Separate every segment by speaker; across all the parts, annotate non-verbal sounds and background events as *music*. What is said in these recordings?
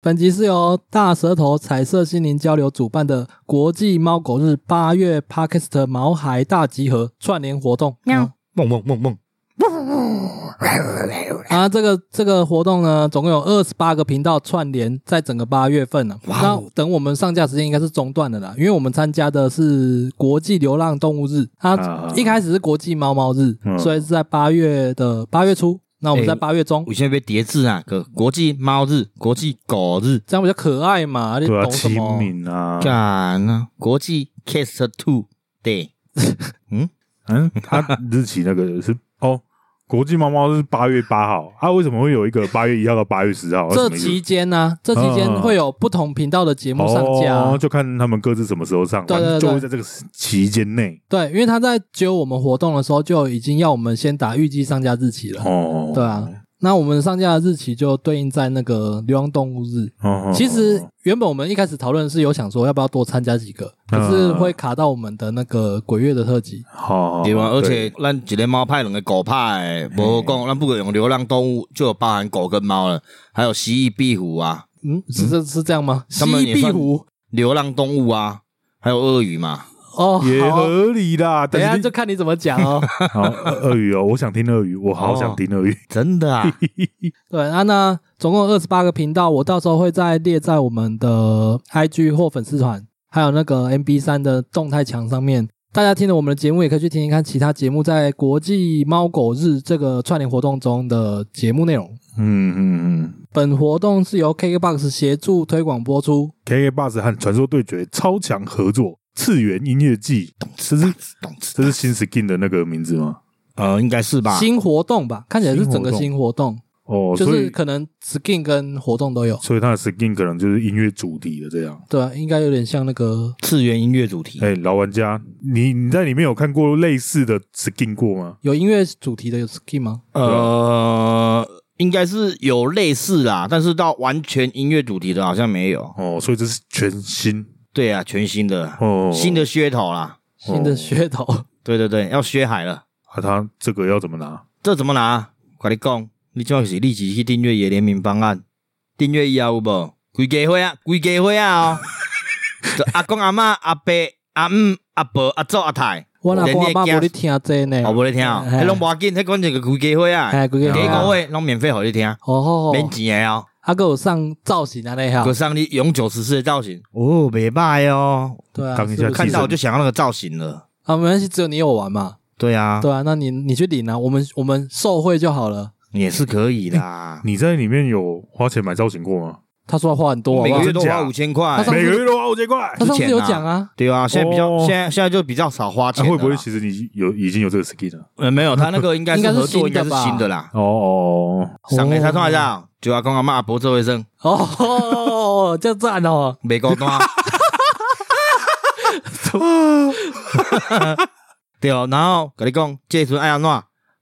Speaker 1: 本集是由大舌头彩色心灵交流主办的国际猫狗日八月 Podcast 毛孩大集合串联活动。
Speaker 2: 喵
Speaker 1: 啊
Speaker 3: 梦梦梦梦，
Speaker 1: 啊，这个这个活动呢，总共有二十八个频道串联，在整个八月份呢、
Speaker 3: 哇
Speaker 1: 那
Speaker 3: 哦
Speaker 1: 等我们上架时间应该是中断的啦，因为我们参加的是国际流浪动物日，它
Speaker 2: 啊
Speaker 1: 一开始是国际猫猫日，
Speaker 2: 嗯
Speaker 1: 所以是在八月的八月初，那我们在
Speaker 3: 哎
Speaker 1: 八月中。
Speaker 3: 我现在被叠字啊，个国际猫日、国际狗日，
Speaker 1: 这样比较可爱嘛？你
Speaker 2: 对啊，
Speaker 1: 哎懂什
Speaker 2: 清
Speaker 1: 么？
Speaker 2: 明啊，
Speaker 3: 干啊，国际 Cast Two Day，
Speaker 2: 嗯，他日期那个是哦，国际猫猫是八月八号，啊，为什么会有一个八月一号到八月十号？
Speaker 1: 这
Speaker 2: 哦什么意思
Speaker 1: 期间呢、这期间会有不同频道的节目上架、
Speaker 2: 哦，就看他们各自什么时候上，
Speaker 1: 对对
Speaker 2: 反正
Speaker 1: 对
Speaker 2: 就会在这个时期间内
Speaker 1: 对，因为他在揪我们活动的时候就已经要我们先打预计上架日期了。
Speaker 2: 哦，
Speaker 1: 对啊，那我们上架的日期就对应在那个流浪动物日。
Speaker 2: 哦，
Speaker 1: 其实原本我们一开始讨论是有想说要不要多参加几个，
Speaker 2: 嗯
Speaker 1: 可是会卡到我们的那个鬼月的特辑。
Speaker 2: 好，
Speaker 3: 哦对吧？嗯而且
Speaker 2: 对
Speaker 3: 咱一个猫派，两个狗派，无讲咱不可用流浪动物，就有包含狗跟猫了，还有蜥蜴、壁虎啊，
Speaker 1: 嗯，是这是这样吗？蜥
Speaker 3: 他们
Speaker 1: 蜴
Speaker 3: 也
Speaker 1: 壁
Speaker 3: 算
Speaker 1: 虎
Speaker 3: 流浪动物啊，还有鳄鱼嘛。
Speaker 1: 哦，
Speaker 2: 也
Speaker 1: 好啊，
Speaker 2: 合理啦，
Speaker 1: 等一下
Speaker 2: 但是
Speaker 1: 就看你怎么讲哦。
Speaker 2: 好鳄鳄鱼哦，我想听鳄鱼，我好想听鳄鱼，
Speaker 3: 真的啊，
Speaker 1: 对啊，那总共二十八个频道，我到时候会再列在我们的 IG 或粉丝团，还有那个 MB 三的动态墙上面。大家听了我们的节目，也可以去听一看其他节目在国际猫狗日这个串联活动中的节目内容。
Speaker 2: 嗯嗯嗯
Speaker 1: 本活动是由 KKBOX 协助推广播出。
Speaker 2: ，KK Bus 和传说对决超强合作，次元音乐季，这是
Speaker 3: 懂吃
Speaker 2: 这是新 skin 的那个名字吗？
Speaker 3: *laughs* 呃，应该是吧？
Speaker 1: 新活动吧，看起来是整个新
Speaker 2: 新
Speaker 1: 活动，
Speaker 2: 哦，
Speaker 1: 就
Speaker 2: 所
Speaker 1: 是
Speaker 2: 以
Speaker 1: 可能 skin 跟活动都有，
Speaker 2: 所以它的 skin 可能就是音乐主题的这样。
Speaker 1: 对啊，应该有点像那个
Speaker 3: 次元音乐主题
Speaker 2: 哎、老玩家，你你在里面有看过类似的 skin 过吗？
Speaker 1: 有音乐主题的有 skin 吗？
Speaker 3: 呃，应该是有类似啦，但是到完全音乐主题的好像没有。
Speaker 2: 哦，所以这是全新
Speaker 3: 对啊，全新的，
Speaker 2: 哦，
Speaker 3: 新的噱头啦。
Speaker 1: 新的噱头，
Speaker 3: 对对对，要削海了，
Speaker 2: 啊，它这个要怎么拿？
Speaker 3: 这怎么拿？快点讲，你最好是立即去订阅野联名方案，订阅以后有无？规家伙啊，规家伙啊哦！ *laughs* 这阿公阿嬷 *laughs* 阿伯阿姆阿伯阿祖阿太，
Speaker 1: 我那
Speaker 3: 连你
Speaker 1: 爸
Speaker 3: 的
Speaker 1: 爸
Speaker 3: 囝
Speaker 1: 无你听这呢，
Speaker 3: 我无咧听哦，
Speaker 1: 哎
Speaker 3: 迄拢无要紧，迄讲一个规家伙啊，
Speaker 1: 哎，几
Speaker 3: 几
Speaker 1: 个
Speaker 3: 个月拢免费互你听，
Speaker 1: 哦吼，
Speaker 3: 免钱诶哦。
Speaker 1: 啊，个有上造型啊那哈
Speaker 3: 可，上你永久十四的造型哦，没败哦，
Speaker 1: 对啊，
Speaker 2: 刚一
Speaker 1: 是
Speaker 2: 下
Speaker 1: 不是
Speaker 3: 看到我
Speaker 2: 其
Speaker 3: 就
Speaker 2: 实
Speaker 3: 想要那个造型了。
Speaker 1: 啊，没关系，只有你有玩嘛，
Speaker 3: 对啊，
Speaker 1: 对啊，那你你去领啊，我们我们受贿就好了。
Speaker 3: 也是可以
Speaker 1: *laughs*
Speaker 3: 啦。
Speaker 2: 你在里面有花钱买造型过吗？
Speaker 1: 他说话很多，好
Speaker 3: 每
Speaker 1: 不好
Speaker 3: 个？月都
Speaker 2: 真
Speaker 3: 花
Speaker 2: 假
Speaker 3: 五千
Speaker 1: 他
Speaker 3: 块
Speaker 1: 上，
Speaker 2: 每个月都花五千块，
Speaker 1: 他上次有
Speaker 3: 之前啊
Speaker 1: 讲啊，
Speaker 3: 对啊，现在比较
Speaker 2: 哦
Speaker 3: 现在现在就比较少花
Speaker 2: 啊
Speaker 3: 钱了
Speaker 2: 会
Speaker 3: 啦。
Speaker 2: 不会其实你有已经有这个 skin 了？
Speaker 3: 呃没有？他那个应该
Speaker 1: 应
Speaker 3: 是
Speaker 1: 该是
Speaker 3: 合作，
Speaker 1: 新
Speaker 3: 应
Speaker 1: 的
Speaker 3: 该是
Speaker 1: 吧
Speaker 3: 新的啦。
Speaker 2: 哦哦，
Speaker 3: 上个
Speaker 1: 哦
Speaker 3: 他创一下，就阿公阿妈伯做卫生，
Speaker 1: 哦，这样赞
Speaker 3: *laughs*
Speaker 1: 哦，
Speaker 3: 没高端。对哦，然后跟你讲，这时候爱安怎，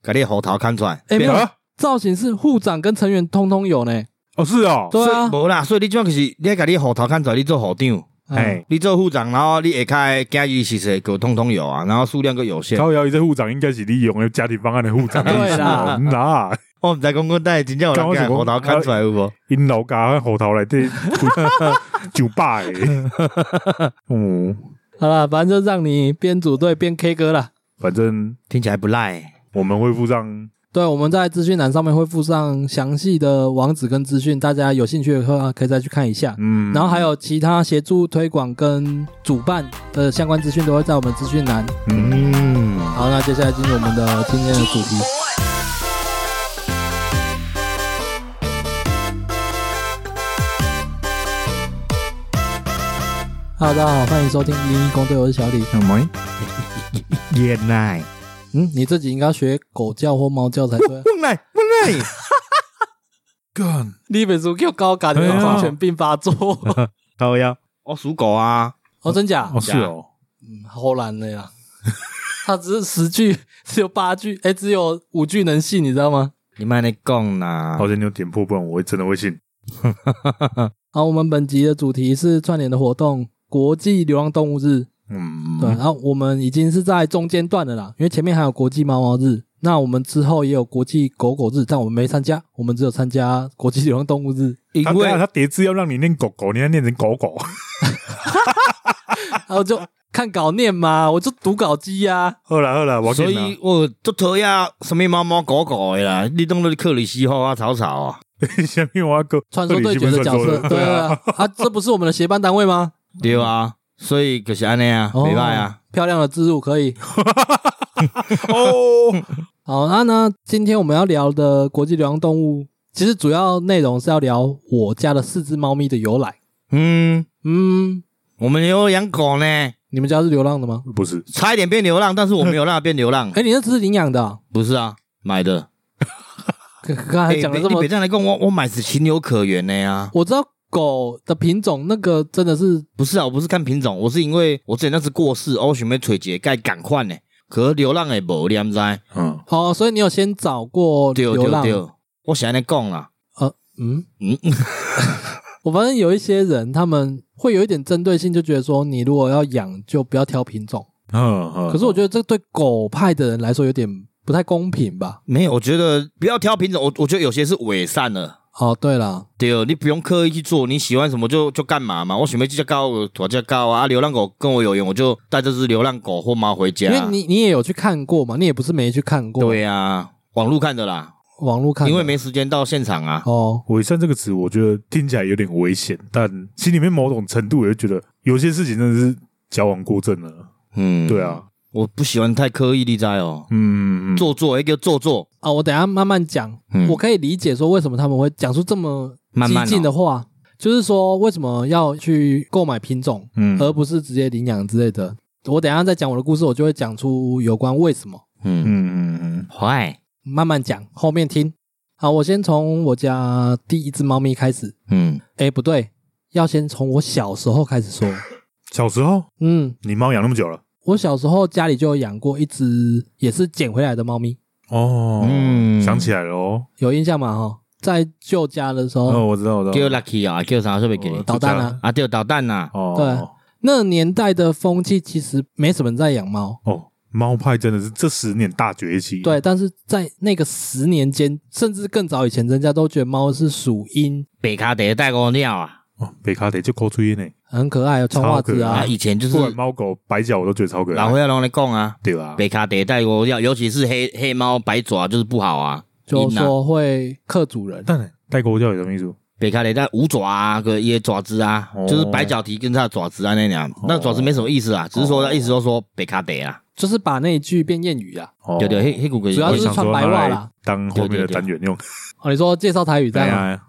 Speaker 3: 给你喉头看出来。
Speaker 1: 哎没有
Speaker 3: 变
Speaker 2: 啊
Speaker 1: 造型是护长跟成员通通有呢，
Speaker 2: 哦是哦，
Speaker 1: 对啊，
Speaker 3: 无啦，所以你这样就是你要给你喉头看出来，你做喉长。
Speaker 1: 哎，
Speaker 2: 哎，
Speaker 3: 你做副长，然后你下开加一其实狗通通有啊，然后数量个有限。
Speaker 2: 高瑶这护长应该是利用家庭方案的护长的意
Speaker 1: 对
Speaker 2: 思
Speaker 1: 啦
Speaker 2: 哦， *laughs* 那
Speaker 3: 我唔知讲讲，但真正有人改胡头看出来有无？
Speaker 2: 因老家和后头来对 *laughs* 酒吧诶， *laughs* 嗯，
Speaker 1: 好了，反正就让你边组队边 K 歌啦。
Speaker 2: 反正
Speaker 3: 听起来不赖、欸。
Speaker 2: 我们会附上
Speaker 1: 对，啊我们在资讯栏上面会附上详细的网址跟资讯，大家有兴趣的话可以再去看一下。
Speaker 2: 嗯，
Speaker 1: 然后还有其他协助推广跟主办的相关资讯都会在我们资讯栏。
Speaker 3: 嗯，
Speaker 1: 好，那接下来进入我们的今天的主题。Hello，大家好，欢迎收听《零一公队》，我是小李。
Speaker 2: 什么？
Speaker 3: 也奶，
Speaker 1: 嗯，你自己应该学狗叫或猫叫才对啊。
Speaker 3: 蹦来蹦来，
Speaker 2: 干
Speaker 1: *laughs* 你本书叫高感，
Speaker 2: 哎呀
Speaker 1: 狂犬病发作。
Speaker 2: 高腰
Speaker 3: 我属狗啊，
Speaker 1: *laughs* 哦，真假？
Speaker 2: 哦是哦，
Speaker 1: 嗯，好难的呀。他只是十句，只有八句， *laughs* 哎，只有五句能信，你知道吗？
Speaker 3: 你卖你讲啦
Speaker 2: 好，险你有点破，不然我会真的会信。
Speaker 1: 好，我们本集的主题是串联的活动——国际流浪动物日。
Speaker 2: 嗯，
Speaker 1: 对，然后我们已经是在中间段的啦，因为前面还有国际猫猫日，那我们之后也有国际狗狗日，但我们没参加，我们只有参加国际流浪动物日。
Speaker 3: 因
Speaker 2: 他等下
Speaker 3: 为
Speaker 2: 他叠字要让你念狗狗，你要念成狗狗。 *laughs*
Speaker 1: 然后就看稿念嘛，我就读稿机啊呀、
Speaker 2: 好啦好啦， *laughs* 我
Speaker 3: 所以我就讨厌什么猫猫狗狗的啦，你当做克里希后啊草草啊，
Speaker 2: 下面我要跟
Speaker 1: 传说对决的角色，对啊，啊，这不是我们的协办单位吗？
Speaker 3: 对啊，所以就是安尼啊，
Speaker 1: 哦
Speaker 3: 没办啊，
Speaker 1: 漂亮的植入可以。
Speaker 2: 哦，
Speaker 1: 好，那呢，今天我们要聊的国际流浪动物，其实主要内容是要聊我家的四只猫咪的由来。
Speaker 3: *laughs* 嗯，
Speaker 1: 嗯，
Speaker 3: 我们有养狗呢，
Speaker 1: 你们家是流浪的吗？
Speaker 2: *laughs* 不是
Speaker 3: 差一点变流浪，但是我没有让它变流
Speaker 1: *laughs*
Speaker 3: 浪，
Speaker 1: 哎、你那只是领养的、啊？ *laughs*
Speaker 3: 不是啊，买的。
Speaker 1: 可刚才哎讲的这
Speaker 3: 欸你
Speaker 1: 么
Speaker 3: 别，这样来跟我，我买是情有可原的呀、啊。
Speaker 1: 我知道狗的品种那个真的是
Speaker 3: 不是啊，我不是看品种，我是因为我之前那只过世，哦我想要找一个该赶快呢。可是流浪的无，你毋知？
Speaker 2: 嗯，
Speaker 1: 哦，所以你有先找过
Speaker 3: 对
Speaker 1: 流
Speaker 3: 对
Speaker 1: 浪？
Speaker 3: 对，我是安尼讲啦，
Speaker 1: 呃，嗯
Speaker 3: 嗯，
Speaker 1: 我发现有一些人他们会有一点针对性，就觉得说你如果要养就不要挑品种。
Speaker 2: 嗯嗯
Speaker 1: 可是我觉得这对狗派的人来说有点不太公平吧？
Speaker 3: 没有，我觉得不要挑品种，我我觉得有些是伪善了。
Speaker 1: 哦，对了，
Speaker 3: 对，你不用刻意去做，你喜欢什么就就干嘛嘛。我想要这只狗，我这只狗啊，啊流浪狗跟我有缘，我就带这只流浪狗或猫回
Speaker 1: 因为
Speaker 3: 家。
Speaker 1: 你你也有去看过嘛，你也不是没去看过，
Speaker 3: 对啊，网路看的啦，
Speaker 1: 网络看的，
Speaker 3: 因为没时间到现场啊。
Speaker 1: 哦，
Speaker 2: 伪善这个词，我觉得听起来有点危险，但心里面某种程度也觉得有些事情真的是矫枉过正了。
Speaker 3: 嗯，
Speaker 2: 对，啊，
Speaker 3: 我不喜欢太刻意，你知哦。
Speaker 2: 嗯，嗯嗯
Speaker 3: 做作，一个做作，
Speaker 1: 啊，我等一下慢慢讲，
Speaker 3: 嗯
Speaker 1: 我可以理解说为什么他们会讲出这么
Speaker 3: 慢慢
Speaker 1: 激
Speaker 3: 哦
Speaker 1: 进的话，就是说为什么要去购买品种，
Speaker 2: 嗯
Speaker 1: 而不是直接领养之类的。我等一下再讲我的故事，我就会讲出有关为什么，
Speaker 3: 嗯，
Speaker 2: 嗯嗯嗯
Speaker 3: 坏，
Speaker 1: 慢慢讲，后面听。好，我先从我家第一只猫咪开始。
Speaker 3: 嗯，
Speaker 1: 哎，不对，要先从我小时候开始说。
Speaker 2: 小时候
Speaker 1: 嗯，
Speaker 2: 你猫养那么久了
Speaker 1: 我小时候家里就有养过一只，也是捡回来的猫咪，
Speaker 2: 哦，
Speaker 3: 嗯
Speaker 2: 想起来了哦，
Speaker 1: 有印象吗？哈，在旧家的时候，
Speaker 2: 哦，我知道，我知
Speaker 3: 叫
Speaker 2: 道，
Speaker 3: lucky 啊，叫啥说袂给
Speaker 2: 哦
Speaker 3: 你，
Speaker 1: 捣蛋啊，
Speaker 3: 啊，叫导弹呐，
Speaker 2: 哦，
Speaker 1: 对啊那年代的风气其实没什么人在养猫，
Speaker 2: 哦，猫派真的是这十年大崛起，
Speaker 1: 对，但是在那个十年间，甚至更早以前，人家都觉得猫是属阴，
Speaker 3: 北卡得带过尿啊，
Speaker 2: 哦，北卡得就抠出烟呢，
Speaker 1: 很可爱，有穿袜子
Speaker 2: 超可
Speaker 1: 啊
Speaker 3: 啊，
Speaker 2: 爱，
Speaker 3: 以前就是
Speaker 2: 不管猫狗白脚我都觉得超可
Speaker 3: 老
Speaker 2: 爱，
Speaker 3: 会要拢来讲啊，
Speaker 2: 对吧？
Speaker 3: 北卡得带过尿，尤其是黑黑猫白爪就是不好啊，
Speaker 1: 就
Speaker 3: 阴啊
Speaker 1: 说会克主人。
Speaker 2: 但呢代沟教有什么意思？
Speaker 3: 北卡得带五爪啊，个也爪子啊
Speaker 2: 哦，
Speaker 3: 就是白脚蹄跟它的爪子啊那样，
Speaker 1: 哦
Speaker 3: 那爪子没什么意思啊，只是说它意思就是说北卡得啊，
Speaker 1: 就是把那一句变谚语啊。
Speaker 2: 哦
Speaker 3: 对对，黑黑骨骼
Speaker 1: 主要
Speaker 2: 我
Speaker 1: 就是啊
Speaker 2: 想
Speaker 1: 穿
Speaker 2: 说
Speaker 1: 白
Speaker 2: 拿
Speaker 1: 袜
Speaker 2: 来
Speaker 1: 啦
Speaker 2: 当后
Speaker 3: 对
Speaker 2: 面的
Speaker 3: 对对
Speaker 2: 单元用，
Speaker 1: 哦，你说介绍台语这
Speaker 2: 对
Speaker 1: 样啊？
Speaker 2: 啊，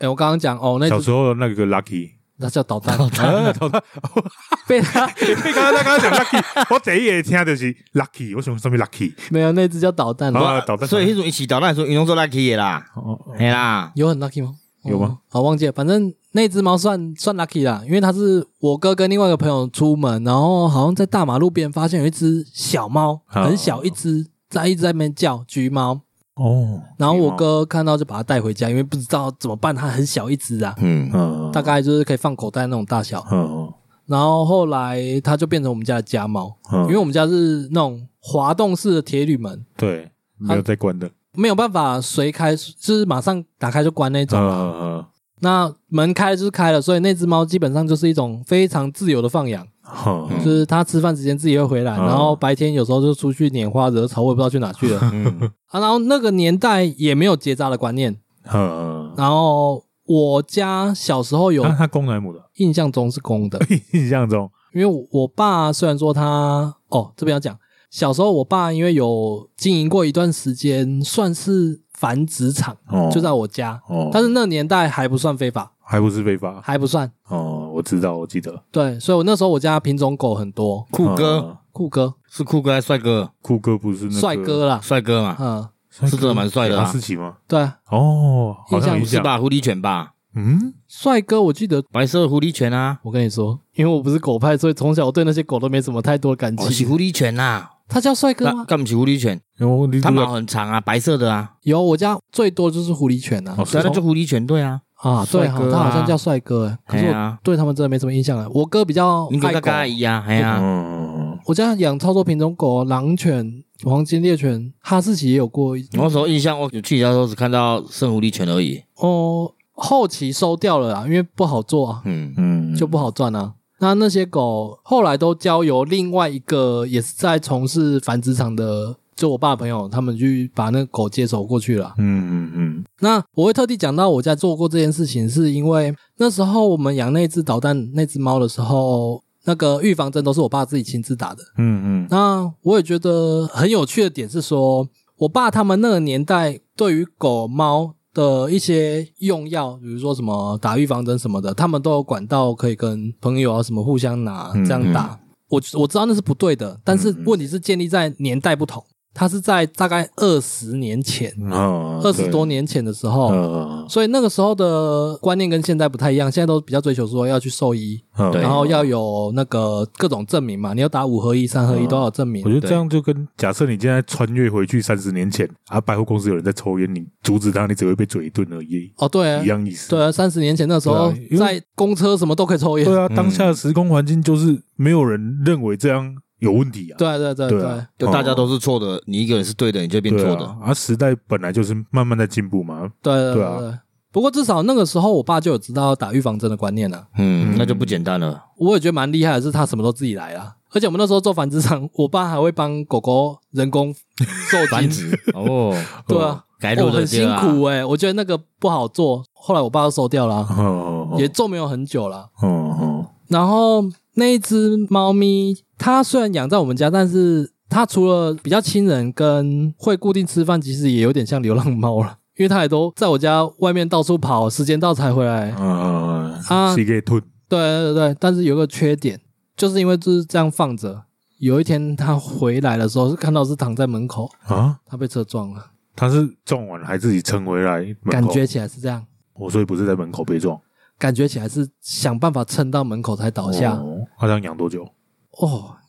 Speaker 1: 哎，我刚刚讲哦，那
Speaker 2: 小
Speaker 1: 只
Speaker 2: 时候那
Speaker 1: *laughs*
Speaker 2: 个 Lucky，
Speaker 1: 那叫捣
Speaker 2: *laughs*
Speaker 1: 蛋，
Speaker 2: 啊，头大
Speaker 1: *laughs* 被他
Speaker 2: 你刚刚刚刚讲 lucky，我第一个听就是 lucky，我想什么 lucky？
Speaker 1: 没有那只叫捣蛋。
Speaker 2: 啊导弹
Speaker 3: 所以迄种一起导弹的时候，你用做 lucky 的啦，
Speaker 2: 哦，
Speaker 3: 嘿啦，
Speaker 1: 有很 lucky 吗？
Speaker 2: 有吗
Speaker 1: 哦？好，忘记了，反正那只猫算算 lucky 啦，因为它是我哥跟另外一个朋友出门，然后好像在大马路边发现有一只小猫，
Speaker 2: 哦
Speaker 1: 很小一只，在一直在那边叫橘猫，
Speaker 2: 哦，
Speaker 1: 然后我哥看到就把它带回家，因为不知道怎么办，它很小一只啊，
Speaker 3: 嗯
Speaker 2: 嗯，
Speaker 1: 大概就是可以放口袋那种大小。
Speaker 2: 嗯，
Speaker 1: 然后后来它就变成我们家的家猫，
Speaker 2: 嗯
Speaker 1: 因为我们家是那种滑动式的铁铝门，
Speaker 2: 对没有在关的，
Speaker 1: 没有办法随开，就是马上打开就关那种。
Speaker 2: 嗯
Speaker 1: 那门开了就是开了，所以那只猫基本上就是一种非常自由的放养，
Speaker 2: 嗯
Speaker 1: 就，是它吃饭时间自己会回来，
Speaker 2: 嗯
Speaker 1: 然后白天有时候就出去拈花惹草，我也不知道去哪去了
Speaker 3: *laughs*
Speaker 1: *laughs*
Speaker 3: 嗯，
Speaker 1: 啊。然后那个年代也没有结扎的观念，
Speaker 2: 嗯，
Speaker 1: 然后我家小时候有
Speaker 2: 那他公来母的，
Speaker 1: 印象中是公的，
Speaker 2: 印象中，
Speaker 1: 因为我我爸虽然说他哦这边要讲，小时候我爸因为有经营过一段时间，算是繁殖场，
Speaker 2: 哦
Speaker 1: 就在我家，
Speaker 2: 哦，
Speaker 1: 但是那年代还不算非法，
Speaker 2: 还不是非法，
Speaker 1: 还不算。
Speaker 2: 哦，我知道，我记得，
Speaker 1: 对，所以我那时候我家品种狗很多，
Speaker 3: 酷哥
Speaker 2: 嗯，
Speaker 1: 酷哥、
Speaker 3: 是酷哥还是帅哥？
Speaker 2: 酷哥不是那个
Speaker 1: 帅哥啦，
Speaker 3: 帅哥嘛，
Speaker 1: 嗯，
Speaker 2: 帅哥
Speaker 3: 是真的蛮帅的啊
Speaker 2: 阿斯奇吗？
Speaker 1: 对啊，
Speaker 2: 哦，好像
Speaker 1: 印象
Speaker 2: 有印
Speaker 1: 不
Speaker 3: 不是
Speaker 2: 象，
Speaker 3: 吧？狐狸犬吧，
Speaker 2: 嗯，
Speaker 1: 帅哥，我记得，
Speaker 3: 白色的狐狸犬啊，
Speaker 1: 我跟你说，因为我不是狗派，所以从小我对那些狗都没什么太多感
Speaker 3: 哦，是
Speaker 1: 情。
Speaker 3: 狐狸犬啊，
Speaker 1: 他叫帅哥
Speaker 3: 那
Speaker 1: 吗？
Speaker 3: 干不是狐狸犬，
Speaker 2: 然后你
Speaker 3: 它毛很长啊，白色的啊，
Speaker 1: 有，我家最多就是狐狸犬啊
Speaker 2: 哦，
Speaker 3: 对啊，那就狐狸犬对啊，
Speaker 1: 啊，对
Speaker 3: 帅
Speaker 1: 哈，
Speaker 3: 哥啊
Speaker 1: 他好像叫帅哥欸，可是
Speaker 3: 哎
Speaker 1: 我
Speaker 3: 呀，
Speaker 1: 对他们真的没什么印象啊。我哥比较
Speaker 3: 你跟
Speaker 1: 爱
Speaker 3: 嘎
Speaker 1: 狗，嗯
Speaker 3: 嘎一样，哎呀，
Speaker 2: 嗯，
Speaker 1: 我家养超多品种狗，狼犬、黄金猎犬，哈士奇也有过一
Speaker 3: 我所印象，我去你家的时候只看到圣狐狸犬而已。
Speaker 1: 哦，后期收掉了啦，因为不好做啊，
Speaker 3: 嗯，
Speaker 2: 嗯，
Speaker 1: 就不好赚啊。那那些狗后来都交由另外一个也是在从事繁殖场的，就我爸的朋友，他们去把那个狗接手过去了。
Speaker 2: 嗯嗯嗯
Speaker 1: 那我会特地讲到我家做过这件事情，是因为那时候我们养那只导弹那只猫的时候，那个预防针都是我爸自己亲自打的。
Speaker 2: 嗯嗯
Speaker 1: 那我也觉得很有趣的点是说，我爸他们那个年代对于狗猫的一些用药，比如说什么打预防针什么的，他们都有管道可以跟朋友啊什么互相拿
Speaker 2: 嗯
Speaker 1: 这样打。我我知道那是不对的，但是问题是建立在年代不同，它是在大概二十年前、
Speaker 2: 嗯，啊
Speaker 1: 二十多年前的时候，
Speaker 2: 哦，
Speaker 1: 所以那个时候的观念跟现在不太一样，现在都比较追求说要去兽医，
Speaker 2: 嗯
Speaker 3: 对
Speaker 1: 然后要有那个各种证明嘛，你要打五合一、三合一
Speaker 2: 嗯
Speaker 1: 都要有证明
Speaker 2: 我。觉得这样就跟假设你现在穿越回去三十年前，啊，百货公司有人在抽烟，你阻止他，你只会被嘴一顿而已，
Speaker 1: 哦，对啊
Speaker 2: 一，样意思。
Speaker 1: 对啊，三十年前那时候
Speaker 2: 对啊因为
Speaker 1: 在公车什么都可以抽烟，
Speaker 2: 对啊，当下的时空环境就是没有人认为这样有问题啊。
Speaker 1: 对啊对啊对啊
Speaker 2: 对
Speaker 1: 对
Speaker 2: 啊
Speaker 1: 啊，
Speaker 3: 就大家都是错的，你一个人是对的，你就变
Speaker 2: 对
Speaker 3: 错
Speaker 2: 啊
Speaker 3: 的。
Speaker 2: 啊，时代本来就是慢慢在进步嘛。
Speaker 1: 对啊对
Speaker 2: 对
Speaker 1: 啊
Speaker 2: 啊
Speaker 1: 对啊。不过至少那个时候，我爸就有知道打预防针的观念了。
Speaker 3: 嗯
Speaker 2: 嗯，
Speaker 3: 那就不简单了。
Speaker 1: 我也觉得蛮厉害的，是他什么都自己来啦。而且我们那时候做繁殖场，我爸还会帮狗狗人工
Speaker 2: *laughs*
Speaker 1: 受
Speaker 3: 繁
Speaker 1: 精，
Speaker 3: 殖 *laughs* 哦，
Speaker 1: 嗯对啊，
Speaker 3: 该
Speaker 1: 哦
Speaker 3: 录的
Speaker 1: 很辛苦哎、我觉得那个不好做。后来我爸就收掉了啊、
Speaker 2: 哦，
Speaker 1: 也做没有很久了。啊
Speaker 2: 哦哦，
Speaker 1: 然后那一只猫咪，它虽然养在我们家，但是它除了比较亲人跟会固定吃饭，其实也有点像流浪猫了，因为它也都在我家外面到处跑，时间到才回来。
Speaker 2: 啊
Speaker 1: 啊
Speaker 2: 啊，是给吞，
Speaker 1: *laughs* 对对对，但是有个缺点，就是因为就是这样放着，有一天它回来的时候，是看到是躺在门口，
Speaker 2: 啊，
Speaker 1: 它被车撞了，
Speaker 2: 他是撞完还自己撑回来，门口
Speaker 1: 感觉起来是这样，
Speaker 2: 我所以不是在门口被撞，
Speaker 1: 感觉起来是想办法撑到门口才倒下。哦
Speaker 2: 哦，他想养多久？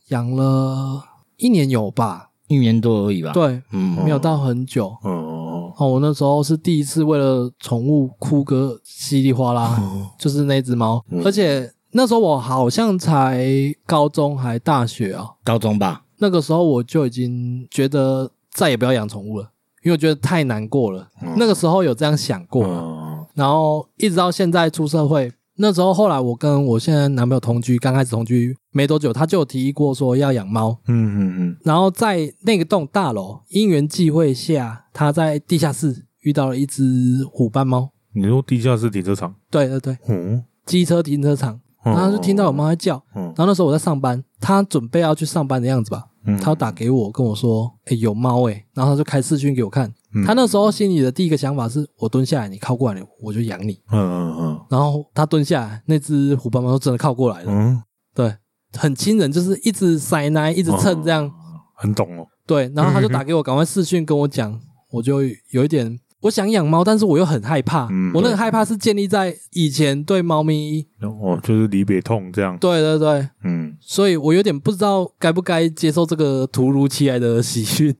Speaker 1: 养了一年有吧？
Speaker 3: 一年多而已吧。，
Speaker 1: 对，啊
Speaker 3: 嗯
Speaker 1: 没有到很久。
Speaker 2: 哦，
Speaker 1: 哦，我那时候是第一次为了宠物哭个稀里哗啦，就是那只猫，
Speaker 2: 哦嗯
Speaker 1: 而且那时候我好像才高中还大学啊，
Speaker 3: 高中吧。
Speaker 1: 那个时候我就已经觉得再也不要养宠物了，因为我觉得太难过了。
Speaker 2: 嗯
Speaker 1: 那个时候有这样想过，
Speaker 2: 嗯
Speaker 1: 然后一直到现在出社会，那时候后来我跟我现在男朋友同居，刚开始同居没多久，他就有提议过说要养猫，
Speaker 2: 嗯嗯
Speaker 1: 然后在那个栋大楼因缘际会下，他在地下室遇到了一只虎斑猫。
Speaker 2: 你说地下室停车场？哦
Speaker 1: 对对对，
Speaker 2: 嗯，
Speaker 1: 机车停车场，然后他就啊听到有猫在叫，
Speaker 2: 嗯，
Speaker 1: 然后那时候我在上班，他准备要去上班的样子吧，
Speaker 2: 嗯
Speaker 1: 他打给我跟我说，哎、有猫哎、然后他就开视讯给我看，
Speaker 2: 嗯
Speaker 1: 他那时候心里的第一个想法是我蹲下来，你靠过来我就养你，
Speaker 2: 嗯嗯
Speaker 1: 然后他蹲下来，那只虎斑猫就真的靠过来
Speaker 2: 嗯
Speaker 1: 了，
Speaker 2: 嗯，
Speaker 1: 对，很亲人，就是一直塞奶，一直
Speaker 2: 哦
Speaker 1: 蹭这样，
Speaker 2: 很懂哦，
Speaker 1: 对，然后他就打给我，赶快视讯跟我讲，我就有一点，我想养猫，但是我又很害怕。
Speaker 2: 嗯
Speaker 1: 我那个
Speaker 2: 对
Speaker 1: 害怕是建立在以前对猫咪，
Speaker 2: 哦，就是离别痛这样，
Speaker 1: 对对对，
Speaker 2: 嗯，
Speaker 1: 所以我有点不知道该不该接受这个突如其来的喜
Speaker 2: *laughs*
Speaker 1: 讯。